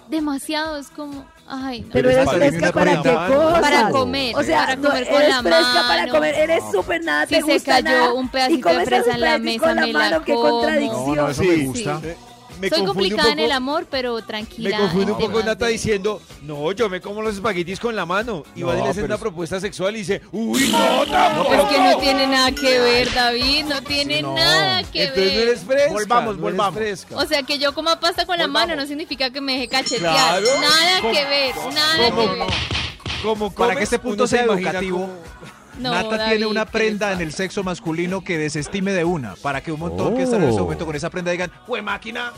[SPEAKER 3] demasiado, es como, ay, no.
[SPEAKER 5] Pero
[SPEAKER 4] Pero
[SPEAKER 5] eres
[SPEAKER 4] para terminar
[SPEAKER 5] fresca para
[SPEAKER 4] con
[SPEAKER 5] qué
[SPEAKER 4] la mano.
[SPEAKER 5] cosas.
[SPEAKER 3] Para comer,
[SPEAKER 5] O sea,
[SPEAKER 3] para
[SPEAKER 5] no,
[SPEAKER 3] comer con
[SPEAKER 5] eres
[SPEAKER 3] la
[SPEAKER 5] fresca para
[SPEAKER 3] mano.
[SPEAKER 5] comer. Eres súper nada,
[SPEAKER 3] Si
[SPEAKER 5] te
[SPEAKER 3] se
[SPEAKER 5] gusta
[SPEAKER 3] cayó
[SPEAKER 5] nada,
[SPEAKER 3] un
[SPEAKER 5] y
[SPEAKER 3] pedacito de
[SPEAKER 5] comes
[SPEAKER 3] fresa en la
[SPEAKER 5] espaguetis con
[SPEAKER 3] mesa, me la
[SPEAKER 5] mano, qué
[SPEAKER 3] como.
[SPEAKER 5] contradicción.
[SPEAKER 2] No, no, eso
[SPEAKER 4] Sí,
[SPEAKER 2] me
[SPEAKER 4] sí.
[SPEAKER 2] gusta.
[SPEAKER 4] Eh, Me
[SPEAKER 3] Soy
[SPEAKER 4] confunde un
[SPEAKER 3] complicada en el
[SPEAKER 4] poco-
[SPEAKER 3] amor, pero
[SPEAKER 4] Me
[SPEAKER 3] tranquila.
[SPEAKER 4] confunde un
[SPEAKER 3] en
[SPEAKER 4] poco
[SPEAKER 3] temas
[SPEAKER 4] Nata
[SPEAKER 3] de-
[SPEAKER 4] diciendo, no, yo me como los espaguetis con la mano. Y
[SPEAKER 2] No,
[SPEAKER 4] va a hacer
[SPEAKER 2] pero
[SPEAKER 4] una
[SPEAKER 2] es-
[SPEAKER 4] propuesta sexual y dice, uy, no, tampoco.
[SPEAKER 3] Pero es que no tiene nada que ver, David, no tiene
[SPEAKER 2] Sí, no.
[SPEAKER 3] nada que
[SPEAKER 4] Entonces no
[SPEAKER 3] ver.
[SPEAKER 4] eres fresca.
[SPEAKER 2] Volvamos,
[SPEAKER 4] no eres
[SPEAKER 2] volvamos.
[SPEAKER 4] fresca.
[SPEAKER 3] O sea, que yo coma pasta con la mano no significa que me deje cachetear.
[SPEAKER 4] Claro.
[SPEAKER 3] Nada
[SPEAKER 4] ¿Cómo?
[SPEAKER 3] que ver, nada
[SPEAKER 4] ¿Cómo?
[SPEAKER 3] que ver.
[SPEAKER 4] Como
[SPEAKER 2] Para
[SPEAKER 4] comes,
[SPEAKER 2] que este punto
[SPEAKER 4] uno se
[SPEAKER 2] sea
[SPEAKER 4] imagina
[SPEAKER 2] educativo,
[SPEAKER 4] cómo-
[SPEAKER 3] No,
[SPEAKER 2] Nata
[SPEAKER 3] David,
[SPEAKER 2] tiene una
[SPEAKER 3] qué
[SPEAKER 2] prenda en
[SPEAKER 3] desastre.
[SPEAKER 2] el sexo masculino que desestime de una, para que un montón que están en ese momento con esa prenda digan, ¡Hue máquina!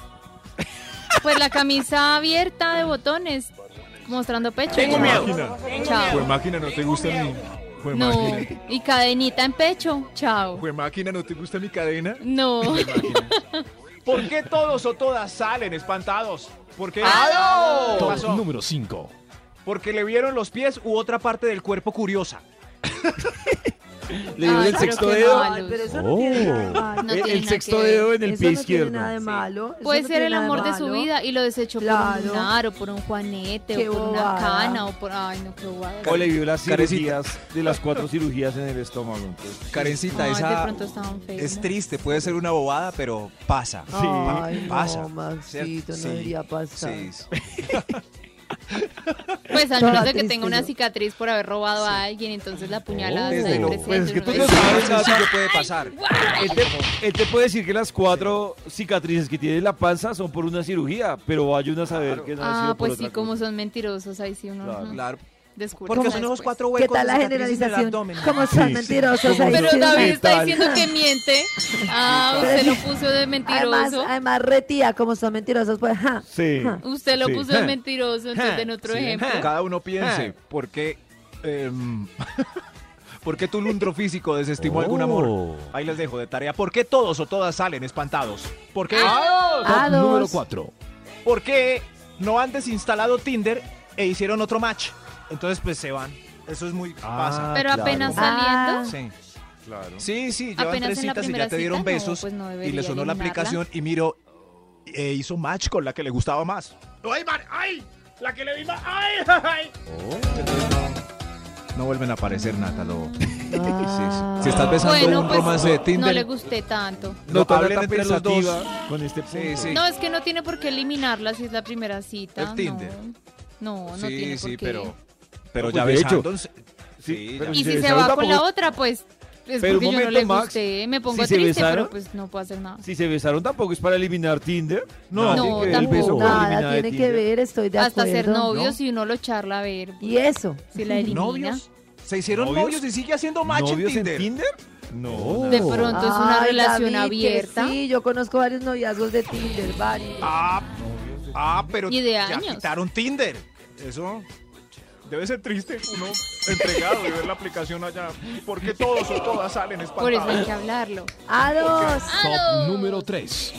[SPEAKER 3] Pues la camisa abierta de botones, mostrando pecho.
[SPEAKER 7] Tengo miedo.
[SPEAKER 3] Chao.
[SPEAKER 2] ¡Hue máquina no te gusta mi... ¡Hue
[SPEAKER 3] No, y cadenita en pecho. Chao.
[SPEAKER 2] máquina no te gusta mi cadena!
[SPEAKER 3] No.
[SPEAKER 4] [LAUGHS]
[SPEAKER 2] ¿Por qué todos o todas salen espantados? ¿Por qué?
[SPEAKER 3] ¡Ah,
[SPEAKER 2] ¿Qué
[SPEAKER 6] Top
[SPEAKER 2] pasó?
[SPEAKER 6] número 5.
[SPEAKER 2] Porque le vieron los pies u otra parte del cuerpo curiosa.
[SPEAKER 4] Le dio
[SPEAKER 3] Ay,
[SPEAKER 4] el
[SPEAKER 3] pero
[SPEAKER 4] sexto
[SPEAKER 3] qué
[SPEAKER 4] dedo.
[SPEAKER 3] mal.
[SPEAKER 5] Ay, pero eso no tiene nada de malo.
[SPEAKER 3] No
[SPEAKER 4] el-
[SPEAKER 3] tiene
[SPEAKER 4] el
[SPEAKER 3] nada
[SPEAKER 4] sexto
[SPEAKER 3] que ver.
[SPEAKER 4] dedo en el
[SPEAKER 5] Eso
[SPEAKER 4] pie
[SPEAKER 5] no
[SPEAKER 4] izquierdo.
[SPEAKER 5] tiene nada de malo. eso
[SPEAKER 3] Puede
[SPEAKER 5] no
[SPEAKER 3] ser
[SPEAKER 5] tiene
[SPEAKER 3] el
[SPEAKER 5] nada
[SPEAKER 3] amor de su
[SPEAKER 5] malo.
[SPEAKER 3] vida y lo desechó por
[SPEAKER 5] Claro.
[SPEAKER 3] un lunar o por un juanete
[SPEAKER 5] Qué
[SPEAKER 3] o por una
[SPEAKER 5] bobada.
[SPEAKER 3] cana o por. Ay, no, qué guay.
[SPEAKER 4] O le vio las
[SPEAKER 2] Carecita.
[SPEAKER 4] cirugías de las cuatro cirugías en el estómago.
[SPEAKER 2] Karencita,
[SPEAKER 3] Ay, de
[SPEAKER 2] esa
[SPEAKER 3] pronto estaba enfermo.
[SPEAKER 2] es triste, puede ser una bobada, pero pasa.
[SPEAKER 5] Ay, no,
[SPEAKER 2] pasa.
[SPEAKER 5] Maxito, no
[SPEAKER 2] Sí,
[SPEAKER 5] debería pasar.
[SPEAKER 2] Sí, sí.
[SPEAKER 3] Pues al
[SPEAKER 5] Toda
[SPEAKER 3] menos de que
[SPEAKER 5] triste,
[SPEAKER 3] tenga una
[SPEAKER 5] ¿no?
[SPEAKER 3] cicatriz por haber robado a alguien, entonces la puñalada
[SPEAKER 2] Desde
[SPEAKER 3] está
[SPEAKER 2] lo-
[SPEAKER 3] presente,
[SPEAKER 4] pues es que
[SPEAKER 3] uno
[SPEAKER 4] tú
[SPEAKER 3] dice,
[SPEAKER 4] no sabes,
[SPEAKER 2] Lo
[SPEAKER 4] Nata.
[SPEAKER 2] sencillo puede pasar.
[SPEAKER 4] Él te, él te puede decir que las cuatro cicatrices que tiene en la panza son por una cirugía, pero vaya uno a saber que no ha
[SPEAKER 3] Ah,
[SPEAKER 4] sido por
[SPEAKER 3] pues sí,
[SPEAKER 4] otra
[SPEAKER 3] como
[SPEAKER 4] cosa.
[SPEAKER 3] son mentirosos, ahí sí uno
[SPEAKER 4] Claro.
[SPEAKER 3] ajá,
[SPEAKER 2] Claro.
[SPEAKER 3] descubre.
[SPEAKER 2] Porque
[SPEAKER 3] uno
[SPEAKER 2] son esos
[SPEAKER 3] después.
[SPEAKER 2] cuatro
[SPEAKER 5] Pues, ¿Qué
[SPEAKER 2] huecos
[SPEAKER 5] tal la
[SPEAKER 2] de cicatrices en el
[SPEAKER 5] generalización?
[SPEAKER 2] abdomen.
[SPEAKER 5] ¿Cómo son
[SPEAKER 4] Sí, sí.
[SPEAKER 5] mentirosos ahí?
[SPEAKER 3] Pero
[SPEAKER 5] sí?
[SPEAKER 3] David está
[SPEAKER 4] tal?
[SPEAKER 3] diciendo que miente. Ah,
[SPEAKER 5] Pero
[SPEAKER 3] usted lo
[SPEAKER 5] sí.
[SPEAKER 3] puso de
[SPEAKER 5] Además,
[SPEAKER 3] mentiroso.
[SPEAKER 5] además retía como son mentirosos, pues, ja.
[SPEAKER 4] Sí.
[SPEAKER 5] ja.
[SPEAKER 3] Usted lo
[SPEAKER 4] sí.
[SPEAKER 3] puso de
[SPEAKER 4] Ja.
[SPEAKER 3] mentiroso, entonces
[SPEAKER 4] Ja.
[SPEAKER 3] en otro
[SPEAKER 4] Sí.
[SPEAKER 3] ejemplo.
[SPEAKER 4] [LAUGHS] Ja.
[SPEAKER 2] Cada uno piense,
[SPEAKER 3] Ah.
[SPEAKER 2] ¿por qué, em, [LAUGHS] ¿por qué tu lundro físico desestimó
[SPEAKER 4] Oh.
[SPEAKER 2] algún amor? Ahí les dejo de tarea. ¿Por qué todos o todas salen espantados? ¿Por qué,
[SPEAKER 5] A
[SPEAKER 3] Ah.
[SPEAKER 6] Top número
[SPEAKER 5] dos.
[SPEAKER 6] 4.
[SPEAKER 2] ¿Por qué no han desinstalado Tinder e hicieron otro match? Entonces, pues se van. Eso es muy. pasa.
[SPEAKER 3] Pero
[SPEAKER 4] claro.
[SPEAKER 3] apenas
[SPEAKER 5] Ah.
[SPEAKER 3] saliendo.
[SPEAKER 2] Sí.
[SPEAKER 4] Claro.
[SPEAKER 2] Sí, sí, llevan
[SPEAKER 3] Apenas
[SPEAKER 2] tres
[SPEAKER 3] en la
[SPEAKER 2] citas y ya
[SPEAKER 3] primera
[SPEAKER 2] te dieron
[SPEAKER 3] cita, no,
[SPEAKER 2] besos.
[SPEAKER 3] pues no
[SPEAKER 2] y le
[SPEAKER 3] debería
[SPEAKER 2] sonó la
[SPEAKER 3] eliminarla.
[SPEAKER 2] aplicación y miró, e hizo match con la que le gustaba más. ¡Ay, mar- ¡Ay! La que le di más. ¡Ay! [LAUGHS] ¡Ay! Entonces, no, no vuelven a aparecer, Nata. Lo, [LAUGHS]
[SPEAKER 5] Ah.
[SPEAKER 2] sí, sí. Si estás besando
[SPEAKER 3] Bueno,
[SPEAKER 2] un
[SPEAKER 3] pues
[SPEAKER 2] romance de
[SPEAKER 3] no
[SPEAKER 2] Tinder.
[SPEAKER 3] le gusté tanto.
[SPEAKER 2] No,
[SPEAKER 4] No,
[SPEAKER 2] hablen
[SPEAKER 4] hablen
[SPEAKER 2] entre los
[SPEAKER 4] pensativa con este punto.
[SPEAKER 2] Sí.
[SPEAKER 3] No, es que no tiene por qué eliminarla si es la primera cita.
[SPEAKER 2] El Tinder.
[SPEAKER 3] No, no, no
[SPEAKER 2] sí,
[SPEAKER 3] tiene por
[SPEAKER 2] sí,
[SPEAKER 3] qué.
[SPEAKER 2] pero. pues Pero
[SPEAKER 4] No,
[SPEAKER 2] ya
[SPEAKER 4] pues, de hecho.
[SPEAKER 2] besándose.
[SPEAKER 4] Sí,
[SPEAKER 2] ya.
[SPEAKER 4] pero
[SPEAKER 3] Y
[SPEAKER 4] Si
[SPEAKER 3] si
[SPEAKER 4] se
[SPEAKER 3] se va
[SPEAKER 4] besaron,
[SPEAKER 3] con la
[SPEAKER 4] tampoco-
[SPEAKER 3] otra, pues es
[SPEAKER 4] Pero un
[SPEAKER 3] porque yo no
[SPEAKER 4] momento,
[SPEAKER 3] le
[SPEAKER 4] Max,
[SPEAKER 3] gusté. Me pongo
[SPEAKER 4] si se
[SPEAKER 3] triste,
[SPEAKER 4] besaron-
[SPEAKER 3] pero pues no puedo hacer nada.
[SPEAKER 4] Si se besaron tampoco es para eliminar Tinder.
[SPEAKER 2] No,
[SPEAKER 4] Nada
[SPEAKER 3] no,
[SPEAKER 4] que ver el
[SPEAKER 3] tampoco.
[SPEAKER 4] beso con
[SPEAKER 5] Nada
[SPEAKER 4] eliminar de
[SPEAKER 5] tiene que
[SPEAKER 4] Tinder.
[SPEAKER 5] ver, estoy de
[SPEAKER 3] Hasta
[SPEAKER 5] acuerdo.
[SPEAKER 3] ser novio, si uno lo charla a ver pues,
[SPEAKER 5] Y eso.
[SPEAKER 3] si la elimina.
[SPEAKER 2] ¿Novios? Se hicieron
[SPEAKER 4] ¿Novios?
[SPEAKER 2] novios, y sigue haciendo match en
[SPEAKER 4] ¿Novios en
[SPEAKER 2] Tinder.
[SPEAKER 4] Tinder? No.
[SPEAKER 3] De pronto es una
[SPEAKER 5] Ay,
[SPEAKER 3] relación
[SPEAKER 5] David, que
[SPEAKER 3] abierta.
[SPEAKER 5] Sí, yo conozco varios noviazgos de Tinder, varios.
[SPEAKER 2] Ah, ah, pero
[SPEAKER 3] Y de
[SPEAKER 2] ya
[SPEAKER 3] años.
[SPEAKER 2] quitaron Tinder. Eso debe ser triste, uno entregado de ver la aplicación allá. Porque todos o todas salen
[SPEAKER 3] Por eso hay
[SPEAKER 2] espantados.
[SPEAKER 3] que hablarlo.
[SPEAKER 5] A dos.
[SPEAKER 6] Top número 3.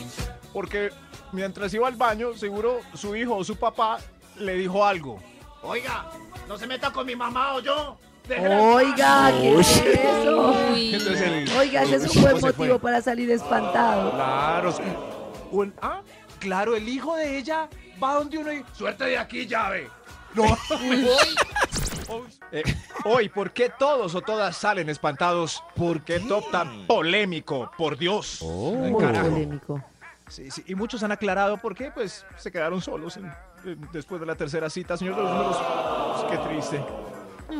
[SPEAKER 2] Porque mientras iba al baño, seguro su hijo o su papá le dijo algo. Oiga, no se meta con mi mamá o yo.
[SPEAKER 5] Oiga, ¿qué es eso?
[SPEAKER 3] Uy,
[SPEAKER 2] Este
[SPEAKER 5] Oiga, ese es un buen motivo para salir espantado.
[SPEAKER 2] Claro. sí. Un- ah, claro, el hijo de ella va donde uno y... ¡Suerte de aquí, llave! No. Eh, [LAUGHS] hoy, ¿por qué todos o todas salen espantados? ¿Por qué top tan polémico? Por Dios. Ay,
[SPEAKER 5] Muy
[SPEAKER 2] carajo.
[SPEAKER 5] polémico.
[SPEAKER 2] Sí, sí, Y muchos han aclarado por qué, pues, se quedaron solos en- en- después de la tercera cita. Señor de los números, pues, qué triste.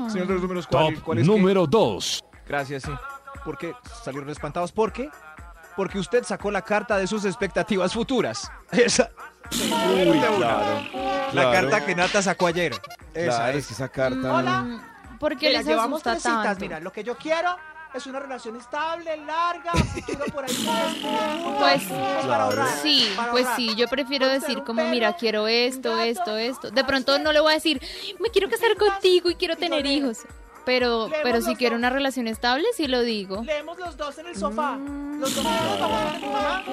[SPEAKER 2] Señor de los números, ¿cuál,
[SPEAKER 6] Top
[SPEAKER 2] cuál es que-
[SPEAKER 6] número 2.
[SPEAKER 2] Gracias, sí. ¿Por qué salieron espantados? ¿Por qué? Porque usted sacó la carta de sus expectativas futuras. [LAUGHS] Esa.
[SPEAKER 4] Uy, claro.
[SPEAKER 2] La
[SPEAKER 4] claro,
[SPEAKER 2] carta que Nata sacó ayer. Esa
[SPEAKER 4] Claro,
[SPEAKER 2] es.
[SPEAKER 4] es que esa carta.
[SPEAKER 3] Mm, ¿Por qué les asusta tanto?
[SPEAKER 2] lo que yo quiero
[SPEAKER 8] es una relación estable, larga, a futuro por ahí.
[SPEAKER 3] Pues,
[SPEAKER 8] para ahorrar,
[SPEAKER 3] Sí,
[SPEAKER 8] para
[SPEAKER 3] pues
[SPEAKER 8] ahorrar.
[SPEAKER 3] sí, yo prefiero
[SPEAKER 8] Puede ser
[SPEAKER 3] decir
[SPEAKER 8] un
[SPEAKER 3] como, mira,
[SPEAKER 8] perro,
[SPEAKER 3] quiero
[SPEAKER 8] un
[SPEAKER 3] esto,
[SPEAKER 8] gato,
[SPEAKER 3] esto, esto. De pronto no le voy a decir, me quiero casar contigo y quiero tener hijos. Pero,
[SPEAKER 8] Leemos
[SPEAKER 3] pero si
[SPEAKER 8] los
[SPEAKER 3] quiero
[SPEAKER 8] dos.
[SPEAKER 3] una relación estable, sí lo digo.
[SPEAKER 8] Leemos los dos en el sofá. Los dos en el sofá de tu mamá.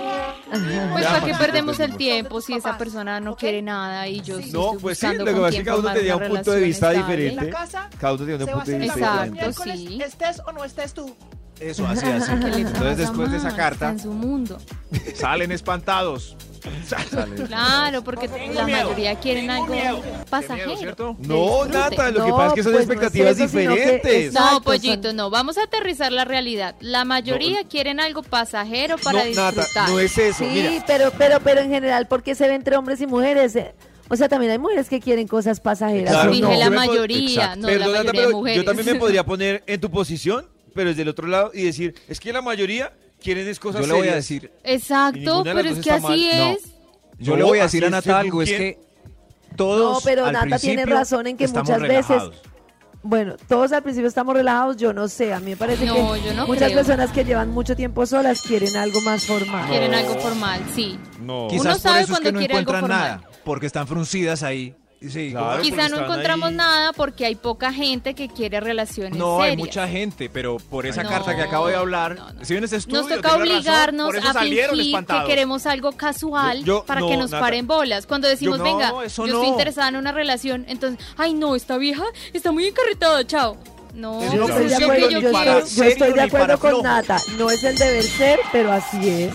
[SPEAKER 3] Pues
[SPEAKER 4] Ya,
[SPEAKER 3] para qué
[SPEAKER 4] Maxito,
[SPEAKER 3] perdemos el
[SPEAKER 4] entendimos.
[SPEAKER 3] tiempo
[SPEAKER 8] Tus
[SPEAKER 3] si esa
[SPEAKER 8] papás,
[SPEAKER 3] persona no
[SPEAKER 8] ¿ok?
[SPEAKER 3] quiere nada y yo sí.
[SPEAKER 4] No,
[SPEAKER 3] estoy
[SPEAKER 4] pues sí,
[SPEAKER 3] buscando
[SPEAKER 4] lo que
[SPEAKER 3] con
[SPEAKER 4] pasa es
[SPEAKER 3] quién
[SPEAKER 4] que cada uno
[SPEAKER 3] formar
[SPEAKER 4] tenía
[SPEAKER 3] una
[SPEAKER 4] un punto de vista
[SPEAKER 3] relación
[SPEAKER 8] En
[SPEAKER 4] diferente.
[SPEAKER 8] la casa
[SPEAKER 4] Cada uno tiene un
[SPEAKER 8] se va a
[SPEAKER 4] punto de
[SPEAKER 8] hacer
[SPEAKER 4] vista
[SPEAKER 8] el
[SPEAKER 3] Exacto,
[SPEAKER 4] diferente.
[SPEAKER 8] miércoles,
[SPEAKER 3] sí.
[SPEAKER 8] estés o no estés tú.
[SPEAKER 2] Eso,
[SPEAKER 5] [LAUGHS]
[SPEAKER 2] así, así.
[SPEAKER 3] ¿Qué le
[SPEAKER 2] Entonces,
[SPEAKER 3] pasa
[SPEAKER 2] después de esa
[SPEAKER 3] más? Está
[SPEAKER 2] carta,
[SPEAKER 3] En su mundo.
[SPEAKER 2] salen espantados.
[SPEAKER 3] Claro, porque la
[SPEAKER 7] miedo,
[SPEAKER 3] mayoría quieren algo pasajero.
[SPEAKER 2] miedo, ¿cierto?
[SPEAKER 3] que
[SPEAKER 4] No,
[SPEAKER 3] disfruten.
[SPEAKER 4] Nata, lo que
[SPEAKER 5] No,
[SPEAKER 4] pasa es que son
[SPEAKER 5] pues no es
[SPEAKER 4] expectativas
[SPEAKER 5] eso, sino que-
[SPEAKER 4] diferentes.
[SPEAKER 5] exacto,
[SPEAKER 3] No,
[SPEAKER 5] son-
[SPEAKER 3] pollito, no. Vamos a aterrizar la realidad. La mayoría quieren algo pasajero para
[SPEAKER 4] no,
[SPEAKER 3] disfrutar.
[SPEAKER 4] Nata, no es eso.
[SPEAKER 2] Pues
[SPEAKER 5] Sí,
[SPEAKER 4] Mira,
[SPEAKER 5] pero, pero, pero en general, ¿por qué se ve entre hombres y mujeres? Eh, O sea, también hay mujeres que quieren cosas pasajeras.
[SPEAKER 4] Claro,
[SPEAKER 5] ¿o
[SPEAKER 3] Dije
[SPEAKER 5] no?
[SPEAKER 4] no.
[SPEAKER 3] la
[SPEAKER 4] Yo me pod-
[SPEAKER 3] mayoría,
[SPEAKER 4] Exacto.
[SPEAKER 3] no
[SPEAKER 4] Perdón,
[SPEAKER 3] la
[SPEAKER 4] Nata,
[SPEAKER 3] mayoría
[SPEAKER 4] pero
[SPEAKER 3] de mujeres.
[SPEAKER 4] Yo
[SPEAKER 3] [LAUGHS]
[SPEAKER 4] también me podría poner en tu posición, pero desde el otro lado y decir, es que la mayoría quieren es cosas
[SPEAKER 9] Yo le voy a
[SPEAKER 4] serias.
[SPEAKER 9] decir,
[SPEAKER 3] Exacto,
[SPEAKER 4] Y ninguna de las
[SPEAKER 3] pero
[SPEAKER 4] dos
[SPEAKER 3] es que
[SPEAKER 4] está
[SPEAKER 3] así
[SPEAKER 9] mal. No.
[SPEAKER 3] es.
[SPEAKER 9] yo
[SPEAKER 4] No,
[SPEAKER 9] le voy a
[SPEAKER 4] así
[SPEAKER 9] decir a
[SPEAKER 4] es,
[SPEAKER 9] Nata
[SPEAKER 4] según
[SPEAKER 9] algo, es
[SPEAKER 4] quién.
[SPEAKER 9] que todos
[SPEAKER 5] No, pero
[SPEAKER 9] al
[SPEAKER 5] Nata tiene
[SPEAKER 9] principio
[SPEAKER 5] razón en que
[SPEAKER 9] estamos
[SPEAKER 5] muchas veces-
[SPEAKER 9] relajados.
[SPEAKER 5] Bueno, todos al principio estamos relajados, yo no sé. A mí me parece
[SPEAKER 3] No,
[SPEAKER 5] que
[SPEAKER 3] yo no
[SPEAKER 5] muchas
[SPEAKER 3] creo.
[SPEAKER 5] personas que llevan mucho tiempo solas quieren algo más formal.
[SPEAKER 3] Quieren algo formal, sí.
[SPEAKER 4] No.
[SPEAKER 3] Quizá-
[SPEAKER 2] Quizás por
[SPEAKER 3] sabe
[SPEAKER 2] eso es
[SPEAKER 3] cuando
[SPEAKER 2] que no
[SPEAKER 3] quiere algo
[SPEAKER 2] encuentran
[SPEAKER 3] formal.
[SPEAKER 2] nada, porque están fruncidas ahí. Sí,
[SPEAKER 4] Claro, porque
[SPEAKER 3] Quizá no
[SPEAKER 4] están
[SPEAKER 3] encontramos
[SPEAKER 4] ahí.
[SPEAKER 3] nada porque hay poca gente que quiere relaciones
[SPEAKER 2] No, hay
[SPEAKER 3] serias.
[SPEAKER 2] mucha gente, pero por esa
[SPEAKER 3] No,
[SPEAKER 2] carta que acabo de hablar,
[SPEAKER 3] no, no.
[SPEAKER 2] si bien ese este estudio,
[SPEAKER 3] Nos toca
[SPEAKER 2] tiene razón,
[SPEAKER 3] obligarnos
[SPEAKER 2] por eso
[SPEAKER 3] a
[SPEAKER 2] salieron
[SPEAKER 3] fingir que
[SPEAKER 2] espantados.
[SPEAKER 3] queremos algo casual
[SPEAKER 4] Yo- yo-
[SPEAKER 3] para
[SPEAKER 4] no,
[SPEAKER 3] que nos
[SPEAKER 4] Nata.
[SPEAKER 3] paren bolas. Cuando decimos,
[SPEAKER 2] no,
[SPEAKER 3] venga, yo
[SPEAKER 2] eso
[SPEAKER 3] estoy
[SPEAKER 2] no.
[SPEAKER 3] interesada en una relación, entonces, ay no, esta vieja está muy encarretada, chao. No,
[SPEAKER 2] Yo
[SPEAKER 5] Yo
[SPEAKER 3] pues
[SPEAKER 5] estoy
[SPEAKER 3] es
[SPEAKER 5] de
[SPEAKER 3] lo
[SPEAKER 5] acuerdo,
[SPEAKER 3] que
[SPEAKER 5] yo
[SPEAKER 3] yo
[SPEAKER 2] ni para
[SPEAKER 3] quiero.
[SPEAKER 5] estoy- yo estoy
[SPEAKER 2] serio
[SPEAKER 5] de
[SPEAKER 2] ni para
[SPEAKER 5] acuerdo
[SPEAKER 2] flojo.
[SPEAKER 5] con Nata. No es el deber ser, pero así es.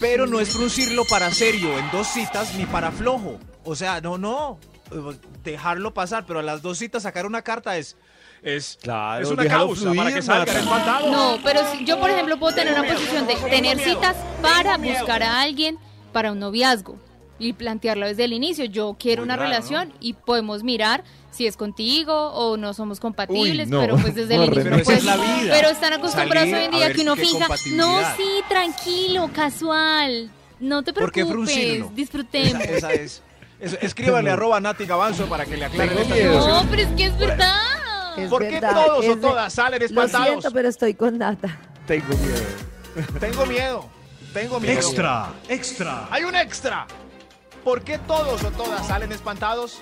[SPEAKER 2] Pero no es fruncirlo para serio, en dos citas ni para flojo. O sea, no, no. eh, Dejarlo pasar, pero a las dos citas sacar una carta es. Es,
[SPEAKER 4] Claro,
[SPEAKER 2] es una
[SPEAKER 4] déjalo
[SPEAKER 2] causa
[SPEAKER 4] fluir,
[SPEAKER 2] para que salgan
[SPEAKER 4] Nata.
[SPEAKER 2] espantados.
[SPEAKER 3] No, pero si- yo, por ejemplo, puedo tener una posición de tener citas para buscar a alguien para un noviazgo y plantearlo desde el inicio. Yo quiero
[SPEAKER 2] Muy
[SPEAKER 3] una
[SPEAKER 2] raro,
[SPEAKER 3] relación y podemos mirar si es contigo o no somos compatibles,
[SPEAKER 4] Uy, no.
[SPEAKER 3] pero pues desde el inicio.
[SPEAKER 2] Pero esa
[SPEAKER 3] pues,
[SPEAKER 2] es la vida.
[SPEAKER 3] pero están acostumbrados
[SPEAKER 2] Salir
[SPEAKER 3] hoy en
[SPEAKER 2] a
[SPEAKER 3] día
[SPEAKER 2] ver
[SPEAKER 3] que uno
[SPEAKER 2] qué
[SPEAKER 3] finja, no,
[SPEAKER 2] compatibilidad".
[SPEAKER 3] sí, tranquilo, casual, no te
[SPEAKER 2] ¿Por qué
[SPEAKER 3] preocupes,
[SPEAKER 2] fruncirlo? Esa, [LAUGHS]
[SPEAKER 3] disfrutemos.
[SPEAKER 2] esa es. es-
[SPEAKER 3] [LAUGHS]
[SPEAKER 2] escríbale arroba Nati Gavanzo para que le aclaren
[SPEAKER 4] Tengo
[SPEAKER 2] esta
[SPEAKER 4] miedo.
[SPEAKER 2] situación.
[SPEAKER 3] No, pero es que es verdad.
[SPEAKER 5] Es
[SPEAKER 2] ¿Por qué
[SPEAKER 5] verdad,
[SPEAKER 2] todos
[SPEAKER 5] es
[SPEAKER 2] o
[SPEAKER 5] de-
[SPEAKER 2] todas salen
[SPEAKER 5] Lo
[SPEAKER 2] espantados?
[SPEAKER 5] siento, pero estoy con Nata.
[SPEAKER 4] Tengo miedo.
[SPEAKER 2] Tengo miedo. Tengo miedo.
[SPEAKER 6] Extra, extra.
[SPEAKER 2] Hay un extra. ¿Por qué todos o todas salen espantados?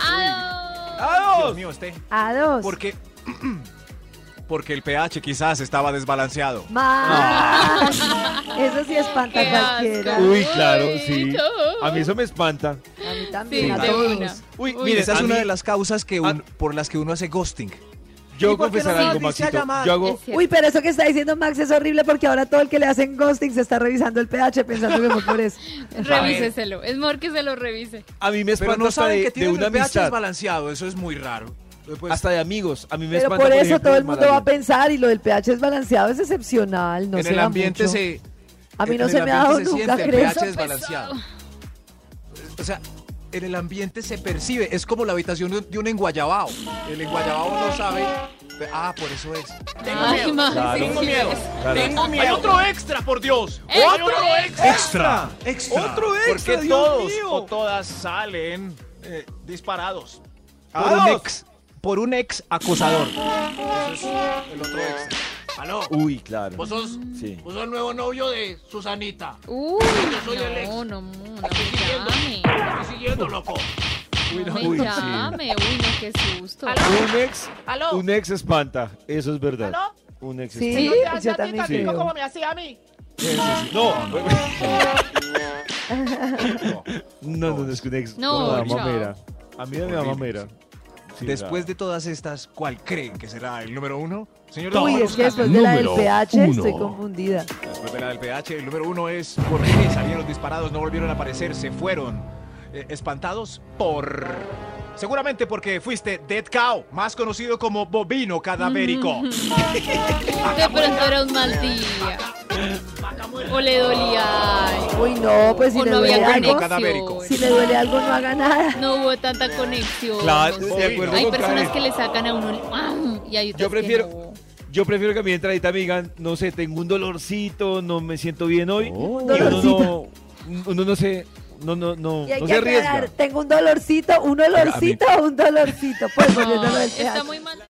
[SPEAKER 3] Ah,
[SPEAKER 2] Dios mío, este.
[SPEAKER 5] A dos.
[SPEAKER 2] Porque [CLEARS THROAT] porque el pH quizás estaba desbalanceado. Ah.
[SPEAKER 5] Más. Eso sí espanta
[SPEAKER 3] qué
[SPEAKER 5] a cualquiera.
[SPEAKER 3] asco.
[SPEAKER 4] Uy, claro, sí.
[SPEAKER 3] no.
[SPEAKER 4] A mí eso me espanta.
[SPEAKER 5] A mí
[SPEAKER 3] Sí,
[SPEAKER 5] también. a
[SPEAKER 3] de
[SPEAKER 5] todos.
[SPEAKER 3] una.
[SPEAKER 4] Uy,
[SPEAKER 2] Uy,
[SPEAKER 4] mire,
[SPEAKER 2] esa es
[SPEAKER 4] a
[SPEAKER 2] una
[SPEAKER 4] mí-
[SPEAKER 2] de las causas que un- por las que uno hace ghosting.
[SPEAKER 4] Yo
[SPEAKER 8] por qué no
[SPEAKER 4] confesar
[SPEAKER 8] nos
[SPEAKER 4] algo,
[SPEAKER 8] dice a
[SPEAKER 4] Maxito.
[SPEAKER 8] llamar?
[SPEAKER 4] Yo hago,
[SPEAKER 3] es cierto.
[SPEAKER 5] Uy, pero eso que está diciendo Max es horrible porque ahora todo el que le hacen ghosting se está revisando el pH pensando que fue
[SPEAKER 2] [LAUGHS]
[SPEAKER 5] por eso.
[SPEAKER 3] Revíseselo. Es mejor que se lo revise.
[SPEAKER 4] a mí me
[SPEAKER 2] Pero
[SPEAKER 4] espanta
[SPEAKER 2] no
[SPEAKER 4] hasta
[SPEAKER 2] saben
[SPEAKER 4] de,
[SPEAKER 2] que
[SPEAKER 4] de
[SPEAKER 2] tienen
[SPEAKER 4] una
[SPEAKER 2] el pH
[SPEAKER 4] amistad,
[SPEAKER 2] desbalanceado, eso es muy raro. Eh, pues,
[SPEAKER 4] hasta de amigos. A mí me
[SPEAKER 5] Pero
[SPEAKER 4] espanta.
[SPEAKER 5] por eso
[SPEAKER 4] ejemplo,
[SPEAKER 5] todo
[SPEAKER 4] de
[SPEAKER 5] el mundo va a
[SPEAKER 4] Maradona.
[SPEAKER 5] pensar y lo del pH desbalanceado es excepcional. No
[SPEAKER 2] en
[SPEAKER 5] se
[SPEAKER 2] el
[SPEAKER 5] da
[SPEAKER 2] ambiente
[SPEAKER 5] mucho.
[SPEAKER 2] se
[SPEAKER 5] A mí
[SPEAKER 2] en
[SPEAKER 5] no
[SPEAKER 2] el
[SPEAKER 5] se me ha dado
[SPEAKER 2] ambiente se
[SPEAKER 5] nunca,
[SPEAKER 2] siente
[SPEAKER 5] ¿crees?
[SPEAKER 2] el pH desbalanceado. O sea, en el ambiente se percibe, es como la habitación de- de un enguayabao. El enguayabao no sabe. Ah, por eso es.
[SPEAKER 3] Ay, Max,
[SPEAKER 4] Claro.
[SPEAKER 3] sí,
[SPEAKER 7] Tengo
[SPEAKER 3] sí.
[SPEAKER 7] miedo. Tengo
[SPEAKER 2] Hay
[SPEAKER 7] miedo.
[SPEAKER 2] otro extra, por Dios.
[SPEAKER 3] ¡Extra!
[SPEAKER 6] Extra, extra.
[SPEAKER 2] Porque todos o todas salen eh, disparados. Por
[SPEAKER 4] ¡Vamos!
[SPEAKER 2] un ex. Por un ex acosador. Eso es el otro ex. Aló.
[SPEAKER 4] Uy, claro.
[SPEAKER 7] Vos sos,
[SPEAKER 4] Sí.
[SPEAKER 7] vos sos el nuevo novio de Susanita.
[SPEAKER 3] Uy,
[SPEAKER 7] soy el ex.
[SPEAKER 3] no, no, no, no me llame.
[SPEAKER 7] Estoy siguiendo, loco.
[SPEAKER 3] No me
[SPEAKER 4] Uy, sí.
[SPEAKER 3] llame. Uy, no, qué susto.
[SPEAKER 4] Un ex,
[SPEAKER 8] ¿Aló?
[SPEAKER 4] un ex espanta. Eso es verdad.
[SPEAKER 8] ¿Aló?
[SPEAKER 4] Un ex
[SPEAKER 5] Sí,
[SPEAKER 8] Si no
[SPEAKER 4] espanta.
[SPEAKER 8] te hace
[SPEAKER 5] yo
[SPEAKER 8] a ti
[SPEAKER 5] también
[SPEAKER 8] tan rico
[SPEAKER 5] creo.
[SPEAKER 8] como me hacía a mí.
[SPEAKER 4] No, no, no, no es que un ex.
[SPEAKER 3] No,
[SPEAKER 4] me da
[SPEAKER 3] chao.
[SPEAKER 4] mamera. A mí me da
[SPEAKER 2] Horrible.
[SPEAKER 4] mamera. Sí,
[SPEAKER 2] Después
[SPEAKER 4] claro.
[SPEAKER 2] de todas estas, ¿cuál creen que será el número uno? Señor
[SPEAKER 5] Uy, es que después de la del
[SPEAKER 6] Número
[SPEAKER 5] pH estoy
[SPEAKER 6] uno.
[SPEAKER 5] confundida.
[SPEAKER 2] Después de la del PH, el número uno es ¿Por qué salieron disparados, no volvieron a aparecer, se fueron? eh, espantados por... Seguramente porque fuiste Dead Cow, más conocido como Bobino Cadavérico.
[SPEAKER 3] De pronto era un mal día. O le dolía algo.
[SPEAKER 5] Uy, no, pues si
[SPEAKER 3] o
[SPEAKER 5] le
[SPEAKER 3] no había
[SPEAKER 5] duele algo,
[SPEAKER 2] cadavérico.
[SPEAKER 3] conexión.
[SPEAKER 5] si le duele algo no haga nada.
[SPEAKER 3] No hubo tanta conexión.
[SPEAKER 4] Claro,
[SPEAKER 3] no
[SPEAKER 4] de
[SPEAKER 3] sé.
[SPEAKER 4] acuerdo
[SPEAKER 3] Hay
[SPEAKER 4] con
[SPEAKER 3] personas
[SPEAKER 4] Karen.
[SPEAKER 3] que le sacan a uno el ¡ah! y hay otras
[SPEAKER 4] Yo prefiero-
[SPEAKER 3] que no.
[SPEAKER 4] Yo prefiero que a mi entradita me digan, no sé, tengo un dolorcito, no me siento bien hoy. y uno no,
[SPEAKER 5] dolorcito.
[SPEAKER 4] uno no se, no, no, no,
[SPEAKER 5] Y hay
[SPEAKER 4] no
[SPEAKER 5] que
[SPEAKER 4] se arriesga.
[SPEAKER 5] aclarar, tengo un dolorcito, un olorcito, un dolorcito. Pues volviendo a lo del
[SPEAKER 3] Está
[SPEAKER 5] pH.
[SPEAKER 3] muy mal.